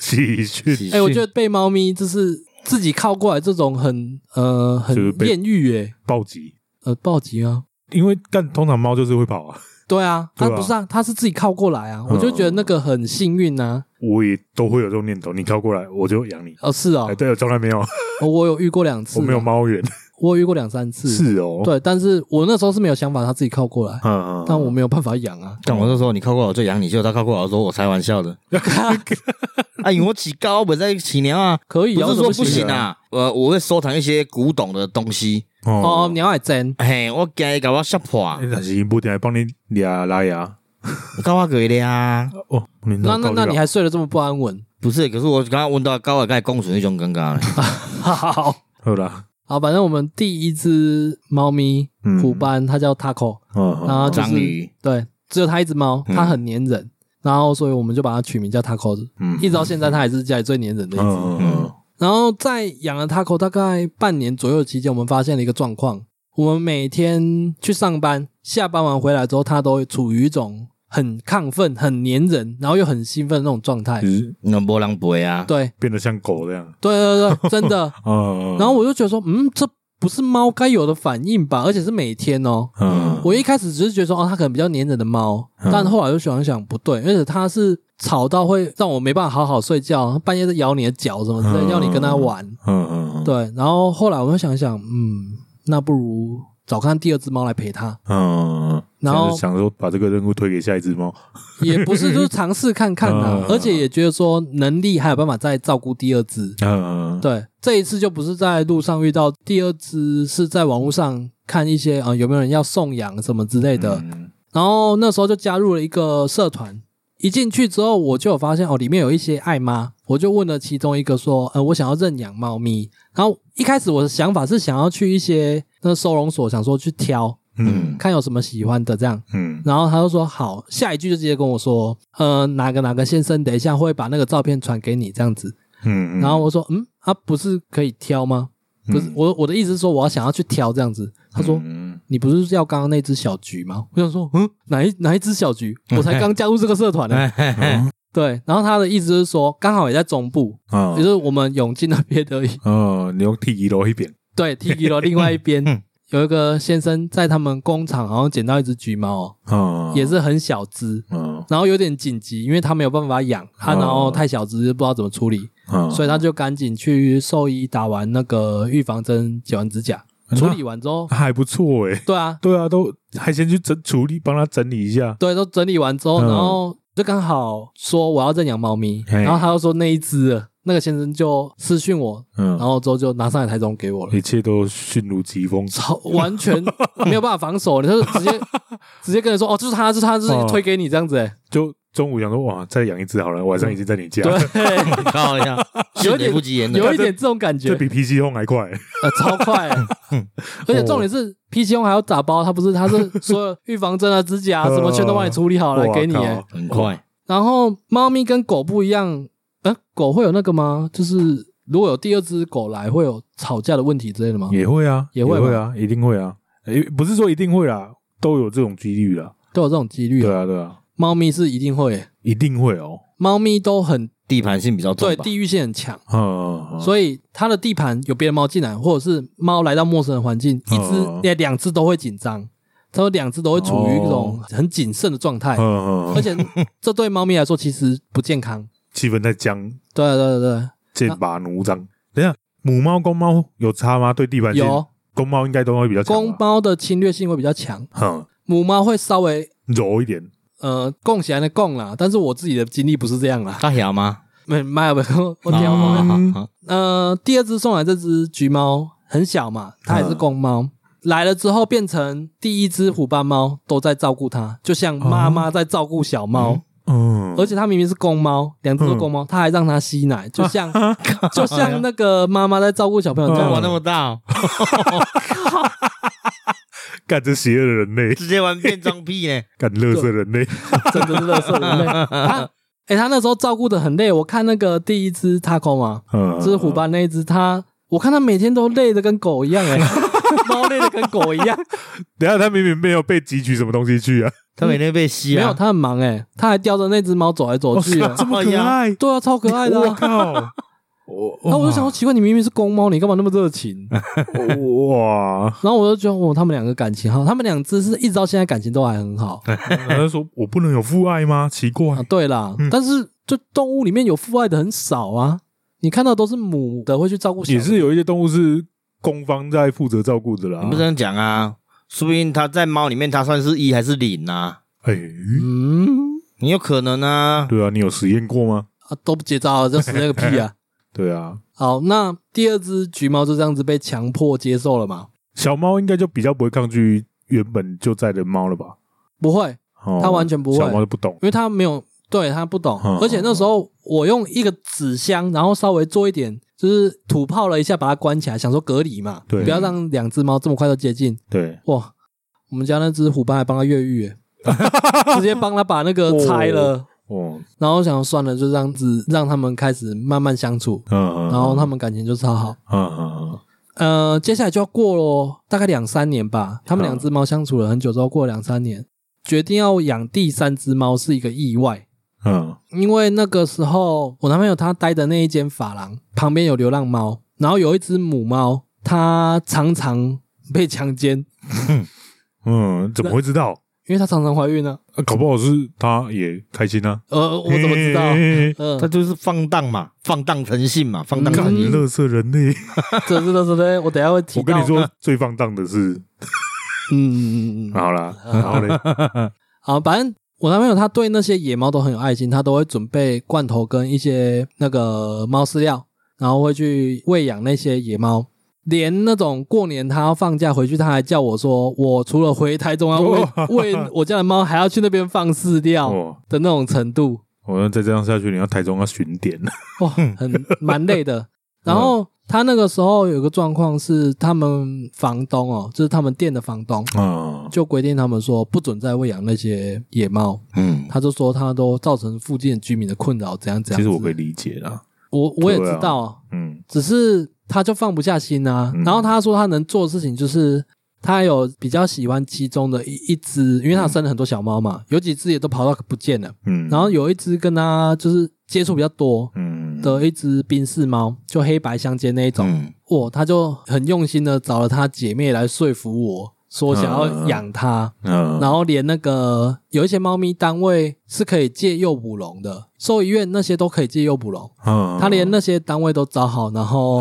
Speaker 2: 喜讯，
Speaker 1: 哎、我觉得被猫咪就是自己靠过来这种很呃
Speaker 2: 就是
Speaker 1: 很
Speaker 2: 被
Speaker 1: 艳遇耶，
Speaker 2: 暴击，
Speaker 1: 呃暴击啊，
Speaker 2: 因为干通常猫就是会跑啊，
Speaker 1: 对啊，
Speaker 2: 对
Speaker 1: 它
Speaker 2: 啊嗯
Speaker 1: 不是啊，它是自己靠过来啊，我就觉得那个很幸运啊。
Speaker 2: 我也都会有这种念头，你靠过来我就养你。
Speaker 1: 哦， *laughs* 是哦
Speaker 2: 哎，，对，我从来没有，
Speaker 1: 哦我有遇过两次，
Speaker 2: 我没有，猫缘，
Speaker 1: 我有遇过两三次，
Speaker 2: 是哦，，
Speaker 1: 对，但是我那时候是没有想法，它自己靠过
Speaker 3: 哦
Speaker 1: 来。
Speaker 2: 嗯，
Speaker 1: 但我没有办法养啊。 *laughs*
Speaker 3: 但我那时候你靠过来我就养你，结果他靠过来我说我开玩笑的。哎，我起高，我在起鸟啊，
Speaker 1: 可以
Speaker 3: 不
Speaker 1: 啊，
Speaker 3: 是说
Speaker 1: 为什
Speaker 3: 不
Speaker 1: 么
Speaker 3: 行啊。呃，我会收藏一些古董的东西。
Speaker 1: 哦，鸟海真
Speaker 3: 嘿，我惊伊甲我吓破
Speaker 2: 哎，，但是伊不定来帮你俩拉牙
Speaker 3: 高我鬼的啊！
Speaker 2: 哦，你知
Speaker 1: 那
Speaker 2: 道
Speaker 1: 那
Speaker 2: 道理
Speaker 1: 那
Speaker 2: 了
Speaker 1: 你还睡得这么不安稳？
Speaker 3: 不是，可是我刚刚问到高我该共存那
Speaker 1: *laughs*
Speaker 3: 种尴
Speaker 1: 啊
Speaker 3: 尬了。
Speaker 1: 好，
Speaker 2: 好啦，
Speaker 1: 好，反正我们第一只猫咪
Speaker 2: 嗯
Speaker 1: 虎啊斑，它叫 Taco，
Speaker 2: 嗯，
Speaker 1: 然后就是
Speaker 3: 章鱼，
Speaker 1: 对，只有它一只猫，
Speaker 3: 哦嗯
Speaker 1: 它很粘人，然后所以我们就把它取名叫 Taco，
Speaker 2: 嗯
Speaker 1: 一直到现在它还是家里最粘人的一只。
Speaker 2: 嗯嗯
Speaker 1: 然后在养了 Taco 大概半年左右的期间，我们发现了一个状况：我们每天去上班，下班完回来之后，它都处于一种很亢奋、很粘人，然后又很兴奋的那种状态
Speaker 2: 就。是
Speaker 3: 那无人陪啊。
Speaker 1: 对，
Speaker 2: 变得像狗这样，
Speaker 1: 对对对，真的。
Speaker 2: 嗯，
Speaker 1: 然后我就觉得说，嗯，这不是猫该有的反应吧？而且是每天哦。
Speaker 2: 嗯，
Speaker 1: 我一开始只是觉得说，哦，它可能比较粘人的猫，
Speaker 2: 嗯
Speaker 1: 但后来就想一想不对，而且它是吵到会让我没办法好好睡觉，半夜在咬你的脚什么之类，
Speaker 2: 嗯
Speaker 1: 要你跟他玩。
Speaker 2: 嗯嗯，嗯，
Speaker 1: 对，然后后来我就想想，嗯，那不如找看第二只猫来陪
Speaker 2: *laughs*
Speaker 1: 它，
Speaker 2: 嗯，嗯
Speaker 1: 然后
Speaker 2: 想说把这个任务推给下一只猫，
Speaker 1: 也不是就是尝试看看啊
Speaker 2: 嗯，
Speaker 1: 而且也觉得说能力还有办法再照顾第二只。
Speaker 2: 嗯，嗯，嗯
Speaker 1: 对，这一次就不是在路上遇到，第二只是在网络上看一些啊、呃有没有人要送养什么之类的，
Speaker 2: 嗯
Speaker 1: 然后那时候就加入了一个社团，一进去之后我就有发现哦，里面有一些爱妈，我就问了其中一个说，呃，我想要认养猫咪。然后一开始我的想嗯啊法是想要去一些那收容所，想说去挑
Speaker 2: 嗯
Speaker 1: 看有什么喜欢的这样。
Speaker 2: 嗯
Speaker 1: 然后他就说好，下一句就直接跟我说，呃，哪个哪个先生，等一下会把那个照片传给你这样子。
Speaker 2: 嗯，
Speaker 1: 然后我说，嗯，啊，不是可以挑吗？不是
Speaker 2: 嗯，
Speaker 1: 我我的意思是说我要想要去挑这样子。他说，
Speaker 2: 嗯
Speaker 1: 你不是要刚刚那只小菊吗？我想说，嗯，哪一哪一只小菊？我才刚加入这个社团呢、
Speaker 2: 嗯
Speaker 1: 对，然后他的意思就是说，刚好也在中部，
Speaker 2: 嗯
Speaker 1: 也就是我们永靖那边的一， *laughs*
Speaker 2: 嗯，你用 T 一楼一边，
Speaker 1: 对，T G 楼另外一边
Speaker 3: 嗯
Speaker 1: 有一个先生在他们工厂好像捡到一只橘猫哦、
Speaker 2: 嗯，
Speaker 1: 也，是很小只，
Speaker 2: 嗯
Speaker 1: 然后有点紧急，因为他没有办法养，他、
Speaker 2: 哦
Speaker 1: 然后太小只不知道怎么处理，
Speaker 2: 嗯，
Speaker 1: 所以他就赶紧去兽医打完那个预防针，剪完指甲，
Speaker 2: 那
Speaker 1: 处理完之后，
Speaker 2: 还不错哎，
Speaker 1: 对啊，
Speaker 2: 对啊，都还先去整处理，帮他整理一下，
Speaker 1: 对，都整理完之后，
Speaker 2: 嗯
Speaker 1: 然后就刚好说我要认养猫咪，
Speaker 2: 嘿
Speaker 1: 然后他又说那一只了，那个先生就私讯我，
Speaker 2: 嗯
Speaker 1: 然，后之后就拿上来台中给我了，
Speaker 2: 一切都迅如疾风，
Speaker 1: 超完
Speaker 2: *laughs*
Speaker 1: 全没有办法防守，你就直接直接跟人说哦，就是他，就是他，就是
Speaker 2: 哦
Speaker 1: 推给你这样子、欸，
Speaker 2: 就中午想说哇，再养一只好了，晚上已经 *laughs* 在你家，
Speaker 1: 对，
Speaker 3: 靠一下，
Speaker 1: *laughs* 有
Speaker 3: 迅
Speaker 1: 点
Speaker 3: 雷不及掩
Speaker 1: 有
Speaker 3: 耳。
Speaker 1: 一点这种感觉
Speaker 2: 这，比哦 PC 轰还快，
Speaker 1: 呃，超
Speaker 2: *laughs*
Speaker 1: 快、欸，而且重点是 P C 用还要打包，他不是，他是所有预防针啊、指
Speaker 2: *laughs*
Speaker 1: 甲啊什么全都帮你处理好了
Speaker 2: 嗯哇
Speaker 1: 给你、
Speaker 2: 靠
Speaker 1: 欸，
Speaker 3: 很快，
Speaker 1: 然后猫咪跟狗不一样，呃，狗会有那个吗？就是如果有第二只狗来，会有吵架的问题之类的吗？
Speaker 2: 也会啊，
Speaker 1: 也
Speaker 2: 也
Speaker 1: 会吗
Speaker 2: 会啊，一定会啊，诶，不是说一定会啦，都有这种几率啦，
Speaker 1: 都有这种几率
Speaker 2: 对
Speaker 1: 啊。
Speaker 2: 啊，对啊，
Speaker 1: 猫咪是一定会欸，
Speaker 2: 一定会哦，
Speaker 1: 猫咪都很
Speaker 3: 地盘性比较重
Speaker 1: 对
Speaker 3: 吧？
Speaker 1: 地域性很强，
Speaker 2: 嗯，嗯
Speaker 1: 所以它的地盘有别的猫进来，或者是猫来到陌生的环境，一只
Speaker 2: 哦
Speaker 1: 呃两只都会紧张，它们两只都会处于一种很谨慎的状态
Speaker 2: 嗯，嗯，
Speaker 1: 而
Speaker 2: 嗯
Speaker 1: 且这对猫咪来说其实不健康。
Speaker 2: 气氛太僵，
Speaker 1: 对啊对对
Speaker 2: 剑拔弩张。等一下，母猫公猫有差吗？对地盘
Speaker 1: 对，
Speaker 2: 性，
Speaker 1: 有
Speaker 2: 公猫应该都会比较强
Speaker 1: 公
Speaker 2: 吧，
Speaker 1: 猫的侵略性会比较强，
Speaker 2: 哼，
Speaker 1: 母猫会稍微
Speaker 2: 柔一点，
Speaker 1: 呃，供起来的供啦，但是我自己的经历不是这样啦。 *laughs*
Speaker 3: 大小吗？
Speaker 1: 没没有没有，我
Speaker 3: 啊
Speaker 1: 挑猫
Speaker 3: 好
Speaker 1: 呀。
Speaker 3: 好好
Speaker 1: 呃，第二只送来这只橘猫很小嘛，它也是公猫。来了之后变成第一只虎斑猫都在照顾它，就像妈妈在照顾小猫，
Speaker 2: 嗯，
Speaker 1: 而且它明明是公猫，两只都公猫，它还让它吸奶，就像 *laughs* 就像那个妈妈在照顾小朋友这
Speaker 3: 中国
Speaker 1: 样。
Speaker 3: 那么大哦，
Speaker 2: 干这邪恶的人类，
Speaker 3: 直接玩变装癖
Speaker 1: *laughs*
Speaker 3: 呢？
Speaker 2: 干乐色人类，
Speaker 1: 真的是乐色人类。他哎、他那时候照顾的很累。我看那个第一只 Taco 嘛，
Speaker 2: 嗯，
Speaker 1: 这是虎斑那一只，它我看它每天都累的跟狗一样哎、 *laughs* 猫累的跟狗一
Speaker 2: *laughs*
Speaker 1: 样。
Speaker 2: 等一下他明明没有被汲取什么东西去啊，
Speaker 3: 他每天被吸
Speaker 1: 没有，
Speaker 3: 啊，
Speaker 1: 它很忙哎、它还叼着那只猫走来走
Speaker 2: *laughs*
Speaker 1: 去、
Speaker 2: 哇
Speaker 1: 啊
Speaker 2: 哦这。么可爱，
Speaker 1: 对啊，超可爱的、
Speaker 2: 我
Speaker 1: 啊。
Speaker 2: 靠，我
Speaker 1: 然后 *laughs* 我就想说，奇怪，你明明是公猫，你干嘛那么热
Speaker 2: *laughs*
Speaker 1: 情？
Speaker 2: 哇，
Speaker 1: 然后我就觉得，哦，他们两个感情好，他们两只是一直到现在感情都还很
Speaker 2: *laughs*
Speaker 1: 好啊。
Speaker 2: 他就说我不能有父爱吗？奇怪，
Speaker 1: 对啦，
Speaker 2: 嗯
Speaker 1: 但是就动物里面有父爱的很少啊，你看到都是母的会去照顾小的，
Speaker 2: 也是有一些动物是公方在负责照顾的啦
Speaker 3: 你，不这样讲啊？说不定他在猫里面，他算是一还是零啊？
Speaker 2: 哎，
Speaker 1: 嗯
Speaker 3: 你有可能啊。
Speaker 2: 对啊，你有实验过吗？
Speaker 1: 啊都不结扎了，这死那个屁
Speaker 2: *laughs*
Speaker 1: 啊！
Speaker 2: 对啊，
Speaker 1: 好，那第二只橘猫就这样子被强迫接受了嘛？
Speaker 2: 小猫应该就比较不会抗拒原本就在的猫了吧？
Speaker 1: 不会，
Speaker 2: 哦
Speaker 1: 它完全不会
Speaker 2: 小猫就不懂
Speaker 1: 因。为它没有对它不懂
Speaker 2: 嗯，
Speaker 1: 而且那时候我用一个纸箱，然后稍微做一点，就是土泡了一下，把它关起来，想说隔离嘛，
Speaker 2: 对
Speaker 1: 不要让两只猫这么快就接近。
Speaker 2: 对，
Speaker 1: 哇，我们家那只虎斑还帮它越
Speaker 2: *laughs*
Speaker 1: 狱耶，直接帮它把那个拆了。
Speaker 2: 哦，
Speaker 1: 然后我想说算了，就这样子让他们开始慢慢相处，
Speaker 2: 嗯，
Speaker 1: 然后他们感情就超好。
Speaker 2: 嗯，嗯
Speaker 1: 呃，接下来就要过咯，大概两三年吧。他们两
Speaker 2: 嗯
Speaker 1: 只猫相处了很久之后，过了两三年，决定要养第三只猫是一个意外，
Speaker 2: 嗯嗯
Speaker 1: 因为那个时候我男朋友他待的那一间发廊旁边有流浪猫，然后有一只母猫，它常常被强奸，
Speaker 2: 嗯，怎么会知道？
Speaker 1: 因为她常常怀孕呢、
Speaker 2: 啊搞不好是他也开心啊。
Speaker 1: 呃，我怎么知道？
Speaker 2: 嘿
Speaker 1: 嗯、
Speaker 3: 他就是放荡嘛，放荡成性嘛，放荡
Speaker 2: 干
Speaker 3: 成
Speaker 2: 你
Speaker 3: 性。
Speaker 2: 乐色人类！
Speaker 1: 这这这这这，我等一下嗯会提
Speaker 2: 我
Speaker 1: 到。
Speaker 2: 跟你，说，最放荡的是，
Speaker 1: 嗯嗯嗯嗯，
Speaker 2: 好啦，然
Speaker 1: *laughs*
Speaker 2: 后嘞，
Speaker 1: 好，反正我男朋友他对那些野猫都很有爱心，他都会准备罐头跟一些那个猫饲料，然后会去喂养那些野猫。连那种过年他要放假回去，他还叫我说，我除了回台中要喂喂我家的猫，还要去那边放饲料
Speaker 2: 哦，
Speaker 1: 的那种程度，
Speaker 2: 我要再这样下去，你要台中要巡点啊了。
Speaker 1: 哇，很蛮累的。然后他那个时候有个状况是，他们房东哦，就是他们店的房东，
Speaker 2: 啊，
Speaker 1: 就规定他们说不准再喂养那些野猫。
Speaker 3: 嗯，
Speaker 1: 他就说他都造成附近的居民的困扰，怎样怎样。
Speaker 2: 其实我可以
Speaker 1: 以，
Speaker 2: 理解啦。
Speaker 1: 我我也
Speaker 2: 对
Speaker 1: 知
Speaker 2: 啊
Speaker 1: 道啊，
Speaker 2: 嗯，
Speaker 1: 只是他就放不下心啊。
Speaker 2: 嗯
Speaker 1: 然后他说他能做的事情就是，他有比较喜欢其中的一一只，因为他生了很多小猫嘛，有几只也都跑到不见了。
Speaker 2: 嗯，
Speaker 1: 然后有一只跟他就是接触比较多
Speaker 2: 嗯
Speaker 1: 的一只宾士猫，就黑白相间那一种。
Speaker 3: 嗯
Speaker 1: 哇，他就很用心的找了他姐妹来说服我说想要养它。
Speaker 2: 嗯，
Speaker 1: 然后连那个有一些猫咪单位是可以借诱捕笼的，兽医院那些都可以借诱捕笼，
Speaker 2: 嗯
Speaker 1: 他连那些单位都找好，然后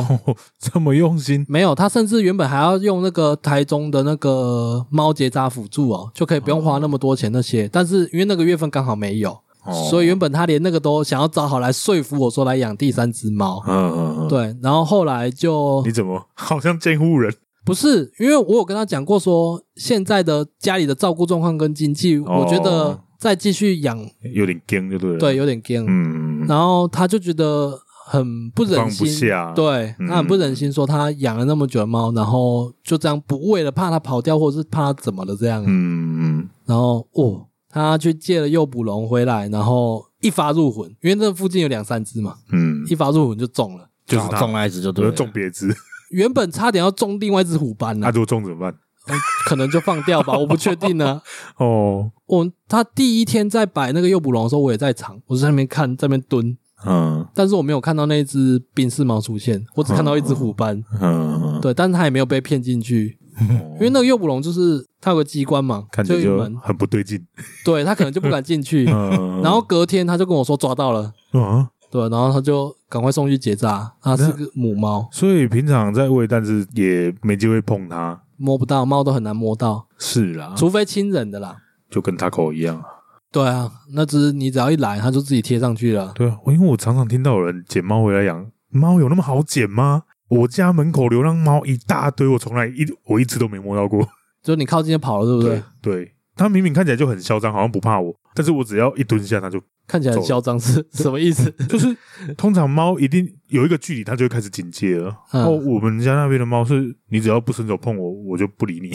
Speaker 2: 这么用心，
Speaker 1: 没有，他甚至原本还要用那个台中的那个猫结扎辅助哦，就可以不用花那么多钱那些，但是因为那个月份刚好没有，
Speaker 2: 嗯哦
Speaker 1: 所以原本他连那个都想要找好来说服我说来养第三只猫，
Speaker 2: 嗯嗯嗯，
Speaker 1: 对，然后后来就
Speaker 2: 你怎么好像监护人？
Speaker 1: 不是，因为我有跟他讲过说，现在的家里的照顾状况跟经济，
Speaker 2: 哦
Speaker 1: 我觉得再继续养，
Speaker 2: 有点僵就对了。
Speaker 1: 对，，有点惊。
Speaker 2: 嗯，
Speaker 1: 然后他就觉得很不忍
Speaker 2: 放不
Speaker 1: 心，
Speaker 2: 下
Speaker 1: 对
Speaker 2: 嗯
Speaker 1: 他很不忍心，说他养了那么久的猫，然后就这样不喂了，怕它跑掉，或者是怕它怎么了这样。
Speaker 2: 嗯，
Speaker 1: 然后哦，他去借了诱捕笼回来，然后一发入魂，因为那附近有两三只嘛，
Speaker 2: 嗯，
Speaker 1: 一发啊入魂就中了。
Speaker 2: 就是
Speaker 3: 好
Speaker 2: 他
Speaker 3: 中那一只就
Speaker 2: 我
Speaker 3: 对
Speaker 2: 要
Speaker 3: 了，
Speaker 2: 中别枝，啊
Speaker 1: 原本差点要中另外一只虎斑呢、
Speaker 2: 那如果中怎么办？
Speaker 1: 呃可能就放掉吧，我不确定呢、
Speaker 2: 哦，
Speaker 1: *laughs* 我他第一天在摆那个诱捕笼的时候，我也在场，我是在那边看，在那边蹲，
Speaker 2: 嗯
Speaker 1: 但是我没有看到那只宾士猫出现，我只看到一只虎斑。
Speaker 2: 嗯，
Speaker 1: 对，但是他也没有被骗进去，
Speaker 2: 因
Speaker 1: 因为那个诱捕笼就是它有个机关嘛，
Speaker 2: 看
Speaker 1: 就有
Speaker 2: 着
Speaker 1: 一
Speaker 2: 就
Speaker 1: 门，
Speaker 2: 很不对 *laughs* 劲。
Speaker 1: 对他可能就不敢进去。
Speaker 2: 嗯，
Speaker 1: 然后隔天他就跟我说抓到了，
Speaker 2: 啊，
Speaker 1: 对，然后他就赶快送去结扎，它是个母猫，
Speaker 2: 所以平常在喂，但是也没机会碰它。
Speaker 1: 摸不到，猫都很难摸到，
Speaker 2: 是啦，
Speaker 1: 除非亲人的啦。
Speaker 2: 就跟 taco 一样。
Speaker 1: 对啊，那只你只要一来，它就自己贴上去了。
Speaker 2: 对啊，我因为我常常听到有人捡猫回来养，猫有那么好捡吗？我家门口流浪猫一大堆，我从来一我一直都没摸到过。
Speaker 1: 就你靠近就跑了，对不对？
Speaker 2: 对，它明明看起来就很嚣张，好像不怕我，但是我只要一蹲下，它 *laughs* 就
Speaker 1: 看起来很嚣张是什么意思？
Speaker 2: 就是通常猫一定有一个距离，它就会开始警戒了。
Speaker 1: 嗯
Speaker 2: 哦，我们家那边的猫是，你只要不伸手碰我，我就不理你。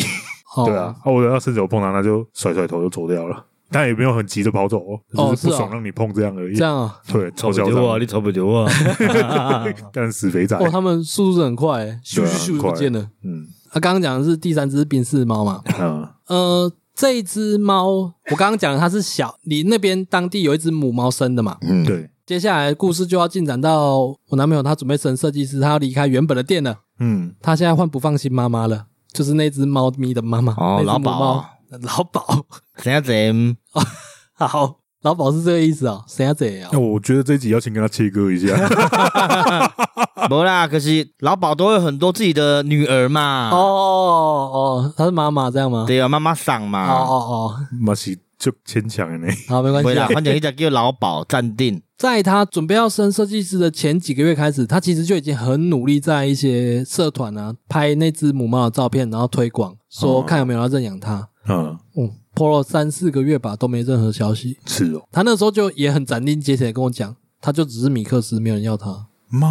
Speaker 1: 哦
Speaker 2: 对啊，，啊，我要伸手碰它，它就甩甩头就走掉了。但也没有很急着跑走
Speaker 1: 哦
Speaker 2: 哦，只是
Speaker 1: 是
Speaker 2: 不
Speaker 1: 哦
Speaker 2: 爽让你碰这样而已
Speaker 1: 这。样啊，
Speaker 2: 对，
Speaker 3: 抽
Speaker 2: 超嚣
Speaker 3: 不丢啊，
Speaker 2: 张
Speaker 3: 你。抽不丢啊，
Speaker 2: *laughs* 但死肥仔，
Speaker 1: 哦，他们速度是很快、欸，咻
Speaker 2: 哎对啊
Speaker 1: 咻
Speaker 2: 很
Speaker 1: 咻就
Speaker 2: 快
Speaker 1: 不见了。
Speaker 2: 嗯
Speaker 1: 啊，刚刚讲的是第三只冰室猫嘛？
Speaker 2: 啊，
Speaker 1: 呃，这一只猫，我刚刚讲的它是小，你那边当地有一只母猫生的嘛？
Speaker 3: 嗯，
Speaker 2: 对，
Speaker 1: 接下来故事就要进展到我男朋友他准备升设计师，他要离开原本的店了，
Speaker 2: 嗯，
Speaker 1: 他现在换不放心妈妈了，就是那只猫咪的妈妈，
Speaker 3: 哦
Speaker 1: 那只
Speaker 3: 老
Speaker 1: 母
Speaker 3: 鸨
Speaker 1: 猫
Speaker 3: 啊
Speaker 1: 老鸨，
Speaker 3: 怎样怎？
Speaker 1: *laughs* 好，老鸨是这个意思啊、哦，谁要怎样
Speaker 2: 那？哎我觉得这一集要先跟他切割一下。 *laughs*
Speaker 3: 没啦，可是老鸨都有很多自己的女儿嘛，
Speaker 1: 哦，哦，她是妈妈这样吗？
Speaker 3: 对啊，妈妈桑
Speaker 1: 哦
Speaker 3: 嘛，
Speaker 1: 哦哦，
Speaker 2: 嘛是就牵强的呢。
Speaker 1: 好，没关
Speaker 3: 对
Speaker 1: 系
Speaker 3: 啦
Speaker 1: 啊，。
Speaker 3: 反正一只叫老鸨暂定，
Speaker 1: 在他准备要升设计师的前几个月开始，他其实就已经很努力在一些社团啊拍那只母猫的照片，然后推广，说
Speaker 2: 哦
Speaker 1: 看有没有要认养它。
Speaker 2: 嗯，
Speaker 1: 嗯，PO 了三四个月吧，都没任何消息。
Speaker 2: 是哦，
Speaker 1: 他那时候就也很斩钉截铁地跟我讲，他就只是米克斯，没有人要他，
Speaker 2: 猫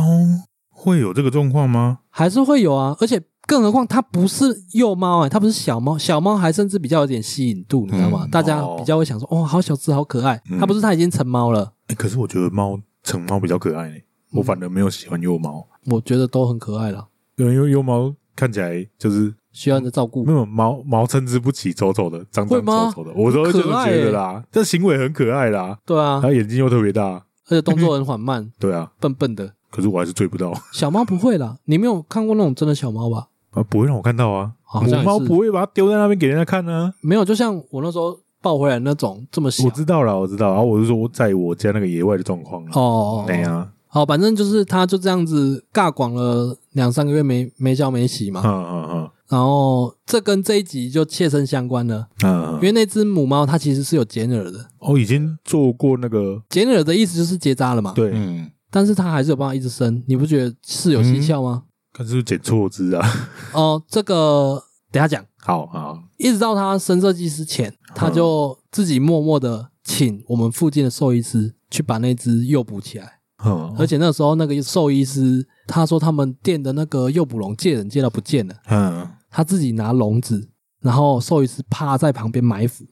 Speaker 2: 会有这个状况吗？
Speaker 1: 还是会有啊。而且更何况它不是幼猫哎、它不是小猫，小猫还甚至比较有点吸引度，你知道吗？
Speaker 3: 嗯
Speaker 1: 大家
Speaker 2: 哦
Speaker 1: 比较会想说，哦，好小只，好可爱。
Speaker 2: 嗯
Speaker 1: 它不是它已经成猫了，
Speaker 2: 欸可是我觉得猫成猫比较可爱呢，我反而没有喜欢幼猫，
Speaker 1: 我觉得都很可爱了，
Speaker 2: 对，因为幼猫看起来就是
Speaker 1: 需要你的照顾
Speaker 2: 那。种毛毛参差不齐、丑丑的、脏
Speaker 1: 会
Speaker 2: 脏
Speaker 1: 吗
Speaker 2: 丑丑的，我都会这么觉得啦。这行为很可爱啦，
Speaker 1: 对啊，
Speaker 2: 它眼睛又特别大，
Speaker 1: 而且动作很缓慢，
Speaker 2: 对啊，
Speaker 1: 笨笨的。
Speaker 2: 可是我还是追不到
Speaker 1: 小猫不会啦，你没有看过那种真的小猫吧？
Speaker 2: 啊，不会让我看到啊。
Speaker 1: 好
Speaker 2: 母
Speaker 1: 像也
Speaker 2: 猫
Speaker 1: 是
Speaker 2: 不会把它丢在那边给人家看呢、
Speaker 1: 没有，就像我那时候抱回来那种这么小
Speaker 2: 我。知道了，我知道。然后我就说，在我家那个野外的状况了。
Speaker 1: 哦，
Speaker 2: 对啊，
Speaker 1: 好，反正就是他就这样子尬广了两三个月没没消没息嘛
Speaker 2: 嗯，嗯
Speaker 1: 然后这跟这一集就切身相关了，
Speaker 2: 嗯
Speaker 1: 因
Speaker 2: 嗯，
Speaker 1: 为那只母猫它其实是有剪耳的，
Speaker 2: 我哦已经做过那个，
Speaker 1: 剪耳的意思就是结扎了嘛，，
Speaker 2: 对，
Speaker 3: 嗯，
Speaker 1: 但是它还是有办法一直生，你不觉得是有蹊跷吗？
Speaker 2: 看是不是剪错枝啊？ *laughs*
Speaker 1: 哦，这个等一下讲，
Speaker 2: 好好，
Speaker 1: 一直到他升设计师前，
Speaker 2: 嗯
Speaker 1: 他就自己默默的请我们附近的兽医师去把那只诱捕起来，
Speaker 2: 嗯，
Speaker 1: 而且那时候那个兽医师他说他们店的那个诱捕笼借人借到不见了， *laughs*
Speaker 2: 嗯，
Speaker 1: 他自己拿笼子，然后兽医师趴在旁边埋伏。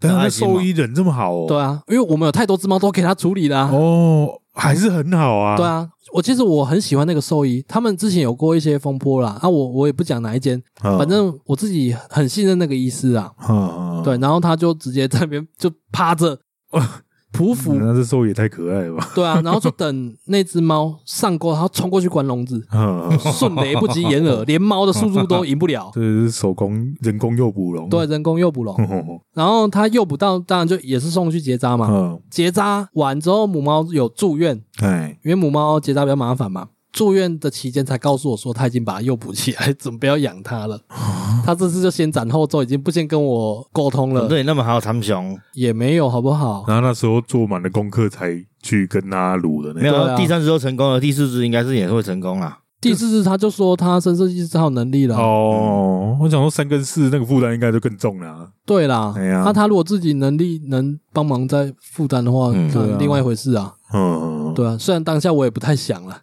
Speaker 2: 但
Speaker 3: 很
Speaker 2: 那
Speaker 3: 爱
Speaker 2: 个
Speaker 3: 心嘛
Speaker 2: 兽医人这么好哦，
Speaker 1: 对啊，因为我们有太多只猫都给他处理了、啊。
Speaker 2: 哦，还是很好啊。
Speaker 1: 对，啊，我其实我很喜欢那个兽医，他们之前有过一些风波啦。啊，我我也不讲哪一间，
Speaker 2: 嗯
Speaker 1: 反正我自己很信任那个医师啊。
Speaker 2: 嗯，嗯
Speaker 1: 对，，然后他就直接在那边就趴着匍
Speaker 2: 嗯
Speaker 1: 匐，
Speaker 2: 那这兽医也太可爱了吧？
Speaker 1: *laughs*
Speaker 2: *laughs*
Speaker 1: 对啊，然后就等那只猫上钩，然后冲过去关笼
Speaker 2: *laughs*
Speaker 1: 子，
Speaker 2: 嗯，嗯嗯
Speaker 1: 迅雷不及掩耳，连猫的速度都赢不
Speaker 2: *laughs*
Speaker 1: 了。
Speaker 2: 这是手工人工诱捕笼。
Speaker 1: 对，，人工诱捕笼，然后它诱捕到，当然就也是送去结扎嘛。
Speaker 2: *laughs* 嗯，
Speaker 1: 结扎完之后，母猫有住院，
Speaker 2: 哎，
Speaker 1: 因为母猫结扎比较麻烦嘛。住院的期间才告诉我说，它已经把它诱捕起来， *laughs* 准备要养它了。
Speaker 2: 啊
Speaker 1: 它这次就先斩后奏，已经不先跟我沟通
Speaker 3: 反
Speaker 2: 嗯
Speaker 1: 了，
Speaker 3: 正你那么好参详，
Speaker 1: 也没有好不好？
Speaker 2: 然后那时候做满了功课才去跟他撸的那
Speaker 3: 没
Speaker 2: 个。
Speaker 3: 有、
Speaker 1: 对啊
Speaker 3: 第三只都成功了，第四只应该是也会成功啦。
Speaker 1: 第四次他就说他深色技师他有嗯能力了，
Speaker 2: 哦，我想说三跟四那个负担应该就更重了啊。
Speaker 1: 对啦，
Speaker 2: 哎呀
Speaker 1: 那他如果自己能力能帮忙再负担的话，
Speaker 3: 嗯
Speaker 1: 那
Speaker 2: 对啊
Speaker 1: 另外一回事啊，
Speaker 2: 嗯，
Speaker 1: 对啊，虽然当下我也不太想
Speaker 2: *laughs*
Speaker 1: 了。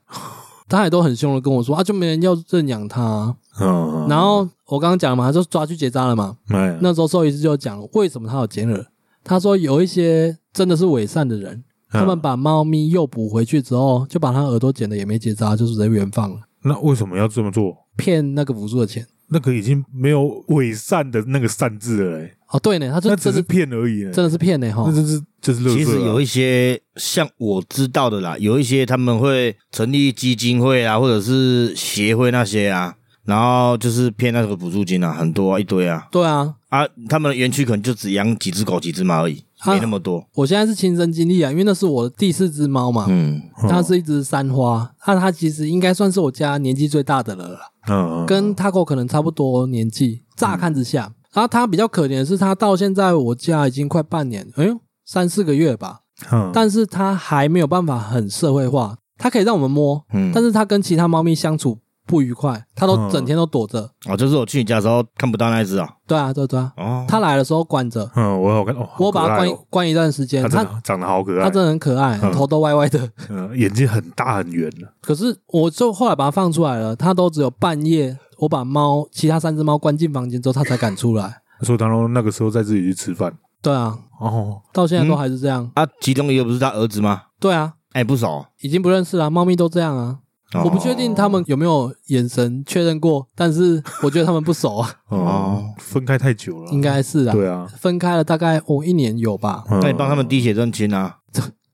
Speaker 1: 他也都很凶的跟我说啊，就没人要认养他、啊
Speaker 2: 嗯，
Speaker 1: 然后我刚刚讲了嘛，他就抓去结扎了嘛。
Speaker 2: 哎，
Speaker 1: 那时候兽医师就讲了为什么他有剪耳，他说有一些真的是伪善的人，他们
Speaker 2: 嗯
Speaker 1: 把猫咪诱捕回去之后，就把它耳朵剪了，也没结扎，就直接原放了，
Speaker 2: 那为什么要这么做？
Speaker 1: 骗那个补助的钱。
Speaker 2: 那个已经没有伪善的那个善字了、欸，
Speaker 1: 哦，对呢，他就
Speaker 2: 那只
Speaker 1: 真
Speaker 2: 是
Speaker 1: 是哦
Speaker 2: 骗而已、欸，
Speaker 1: 真的是骗呢哈
Speaker 2: 那。就是就是乐色、啊。
Speaker 3: 其实有一些像我知道的啦，有一些他们会成立基金会啊，或者是协会那些啊，然后就是骗那个补助金啊，很多、啊、一堆啊
Speaker 1: 对啊，
Speaker 3: 啊，他们的园区可能就只养几只狗、几只猫而已，
Speaker 1: 啊
Speaker 3: 没那么多。
Speaker 1: 我现在是亲身经历啊，因为那是我第四只猫嘛，
Speaker 3: 嗯，
Speaker 1: 它是一只三花，那它其实应该算是我家年纪最大的了啦，
Speaker 2: 嗯，嗯嗯
Speaker 1: 跟 Taco 可能差不多年纪。乍看之下，然后它比较可怜的是，它到现在我家已经快半年，哎呦，三四个月吧，
Speaker 2: 嗯
Speaker 1: 但是它还没有办法很社会化，它可以让我们摸，
Speaker 3: 嗯
Speaker 1: 但是它跟其他猫咪相处不愉快，它都
Speaker 2: 嗯
Speaker 1: 整天都躲着。
Speaker 3: 哦，就是我去你家的时候看不到那一只啊。
Speaker 1: 对啊，对啊对啊，
Speaker 3: 哦，
Speaker 1: 它来的时候关着，
Speaker 2: 嗯，我好看哦，
Speaker 1: 我把它
Speaker 2: 它
Speaker 1: 关关一段时间，
Speaker 2: 它真
Speaker 1: 它
Speaker 2: 的长得好可
Speaker 1: 它
Speaker 2: 爱，
Speaker 1: 真的很可爱，
Speaker 2: 嗯
Speaker 1: 头都歪歪的。
Speaker 2: 嗯，眼睛很大很圆的，
Speaker 1: 可是我就后来把它放出来了，它都只有半夜，我把猫其他三只猫关进房间之后，它才敢出来。
Speaker 2: 所以他说那个时候在自己去吃饭，
Speaker 1: 对啊，
Speaker 2: 哦，
Speaker 1: 到现在都还是这样。
Speaker 3: 啊，其中一个不是他儿子吗？
Speaker 1: 对啊，
Speaker 3: 哎、不熟。
Speaker 1: 已经不认识了，猫咪都这样啊。
Speaker 3: 哦
Speaker 1: 我不确定他们有没有眼神确认过，但是我觉得他们不熟啊，
Speaker 2: 哦
Speaker 3: 哦，
Speaker 2: 分开太久了，
Speaker 1: 应该是啊。
Speaker 2: 对啊，
Speaker 1: 分开了大概哦一年有吧，
Speaker 2: 嗯
Speaker 3: 那你帮他们滴血认亲啊？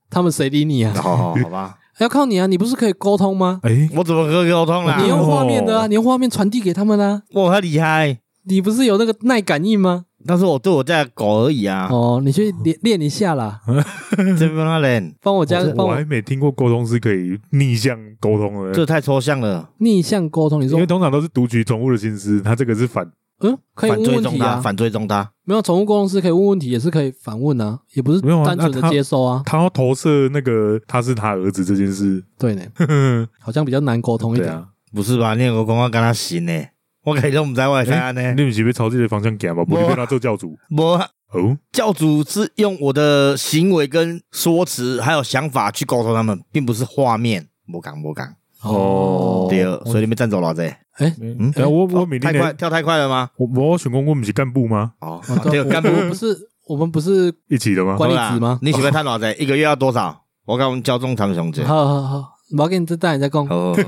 Speaker 1: 他们谁理你啊？
Speaker 3: 好好好吧，
Speaker 1: 要靠你啊！你不是可以沟通吗？
Speaker 2: 哎，
Speaker 3: 我怎么可以沟通啦
Speaker 1: 你？用
Speaker 2: 哦
Speaker 1: 画面的啊，你用画面传递给他们啊。
Speaker 3: 我很厉害，
Speaker 1: 你不是有那个耐感应吗？
Speaker 3: 但是我对我家的狗而已啊，
Speaker 1: 哦，你去练练一下啦，
Speaker 3: 这边那人，
Speaker 1: 帮我加
Speaker 2: 我
Speaker 1: 帮
Speaker 2: 我
Speaker 1: 我
Speaker 2: 还没听过沟通是可以逆向沟通的，
Speaker 3: 这太抽象了。
Speaker 1: 逆向沟通。你
Speaker 2: 因
Speaker 1: 说
Speaker 2: 为通常都是读取宠物的心思，他这个是反，
Speaker 1: 嗯，可以
Speaker 3: 反
Speaker 1: 问
Speaker 3: 追
Speaker 1: 问
Speaker 3: 踪
Speaker 1: 题
Speaker 3: 他，
Speaker 1: 啊，
Speaker 3: 反追踪他。
Speaker 1: 没有宠物公司可以问问题，也是可以反问啊，也不是
Speaker 2: 没有啊
Speaker 1: 单纯
Speaker 2: 那
Speaker 1: 的
Speaker 2: 他
Speaker 1: 接收啊。
Speaker 2: 他要投射那个他是他儿子这件事，
Speaker 1: 对呢，
Speaker 2: *laughs*
Speaker 1: 好像比较难沟通一
Speaker 2: 对
Speaker 1: 点。
Speaker 2: 啊，
Speaker 3: 不是吧？你有个讲我跟他行呢，我感觉都不知道我啥呢。
Speaker 2: 你们是被朝自己的方向行啊吧，不
Speaker 3: 没
Speaker 2: 是
Speaker 3: 有
Speaker 2: 被他做教主
Speaker 3: 我
Speaker 2: 哦，
Speaker 3: 教主是用我的行为跟说辞还有想法去沟通他们，并不是画面。我讲我讲，
Speaker 2: 哦
Speaker 3: 对，啊所以你们占走了这。
Speaker 2: 嗯，等下我
Speaker 1: 哦
Speaker 2: 我每
Speaker 3: 太
Speaker 2: 天
Speaker 3: 快
Speaker 2: 来
Speaker 3: 跳太快了吗？
Speaker 2: 我我选公公不是干部吗？
Speaker 3: 哦
Speaker 1: 哦，
Speaker 3: *laughs*
Speaker 1: 对，
Speaker 3: 对，干
Speaker 1: 我
Speaker 3: 部
Speaker 1: 我们不是我们不是，
Speaker 2: 一起的吗？
Speaker 1: 管理职吗
Speaker 3: 好啦你喜欢探多少？一个月要多少？我跟我们教中他们兄弟。好哦
Speaker 1: 好好好，我要给你这带你再讲
Speaker 3: 好好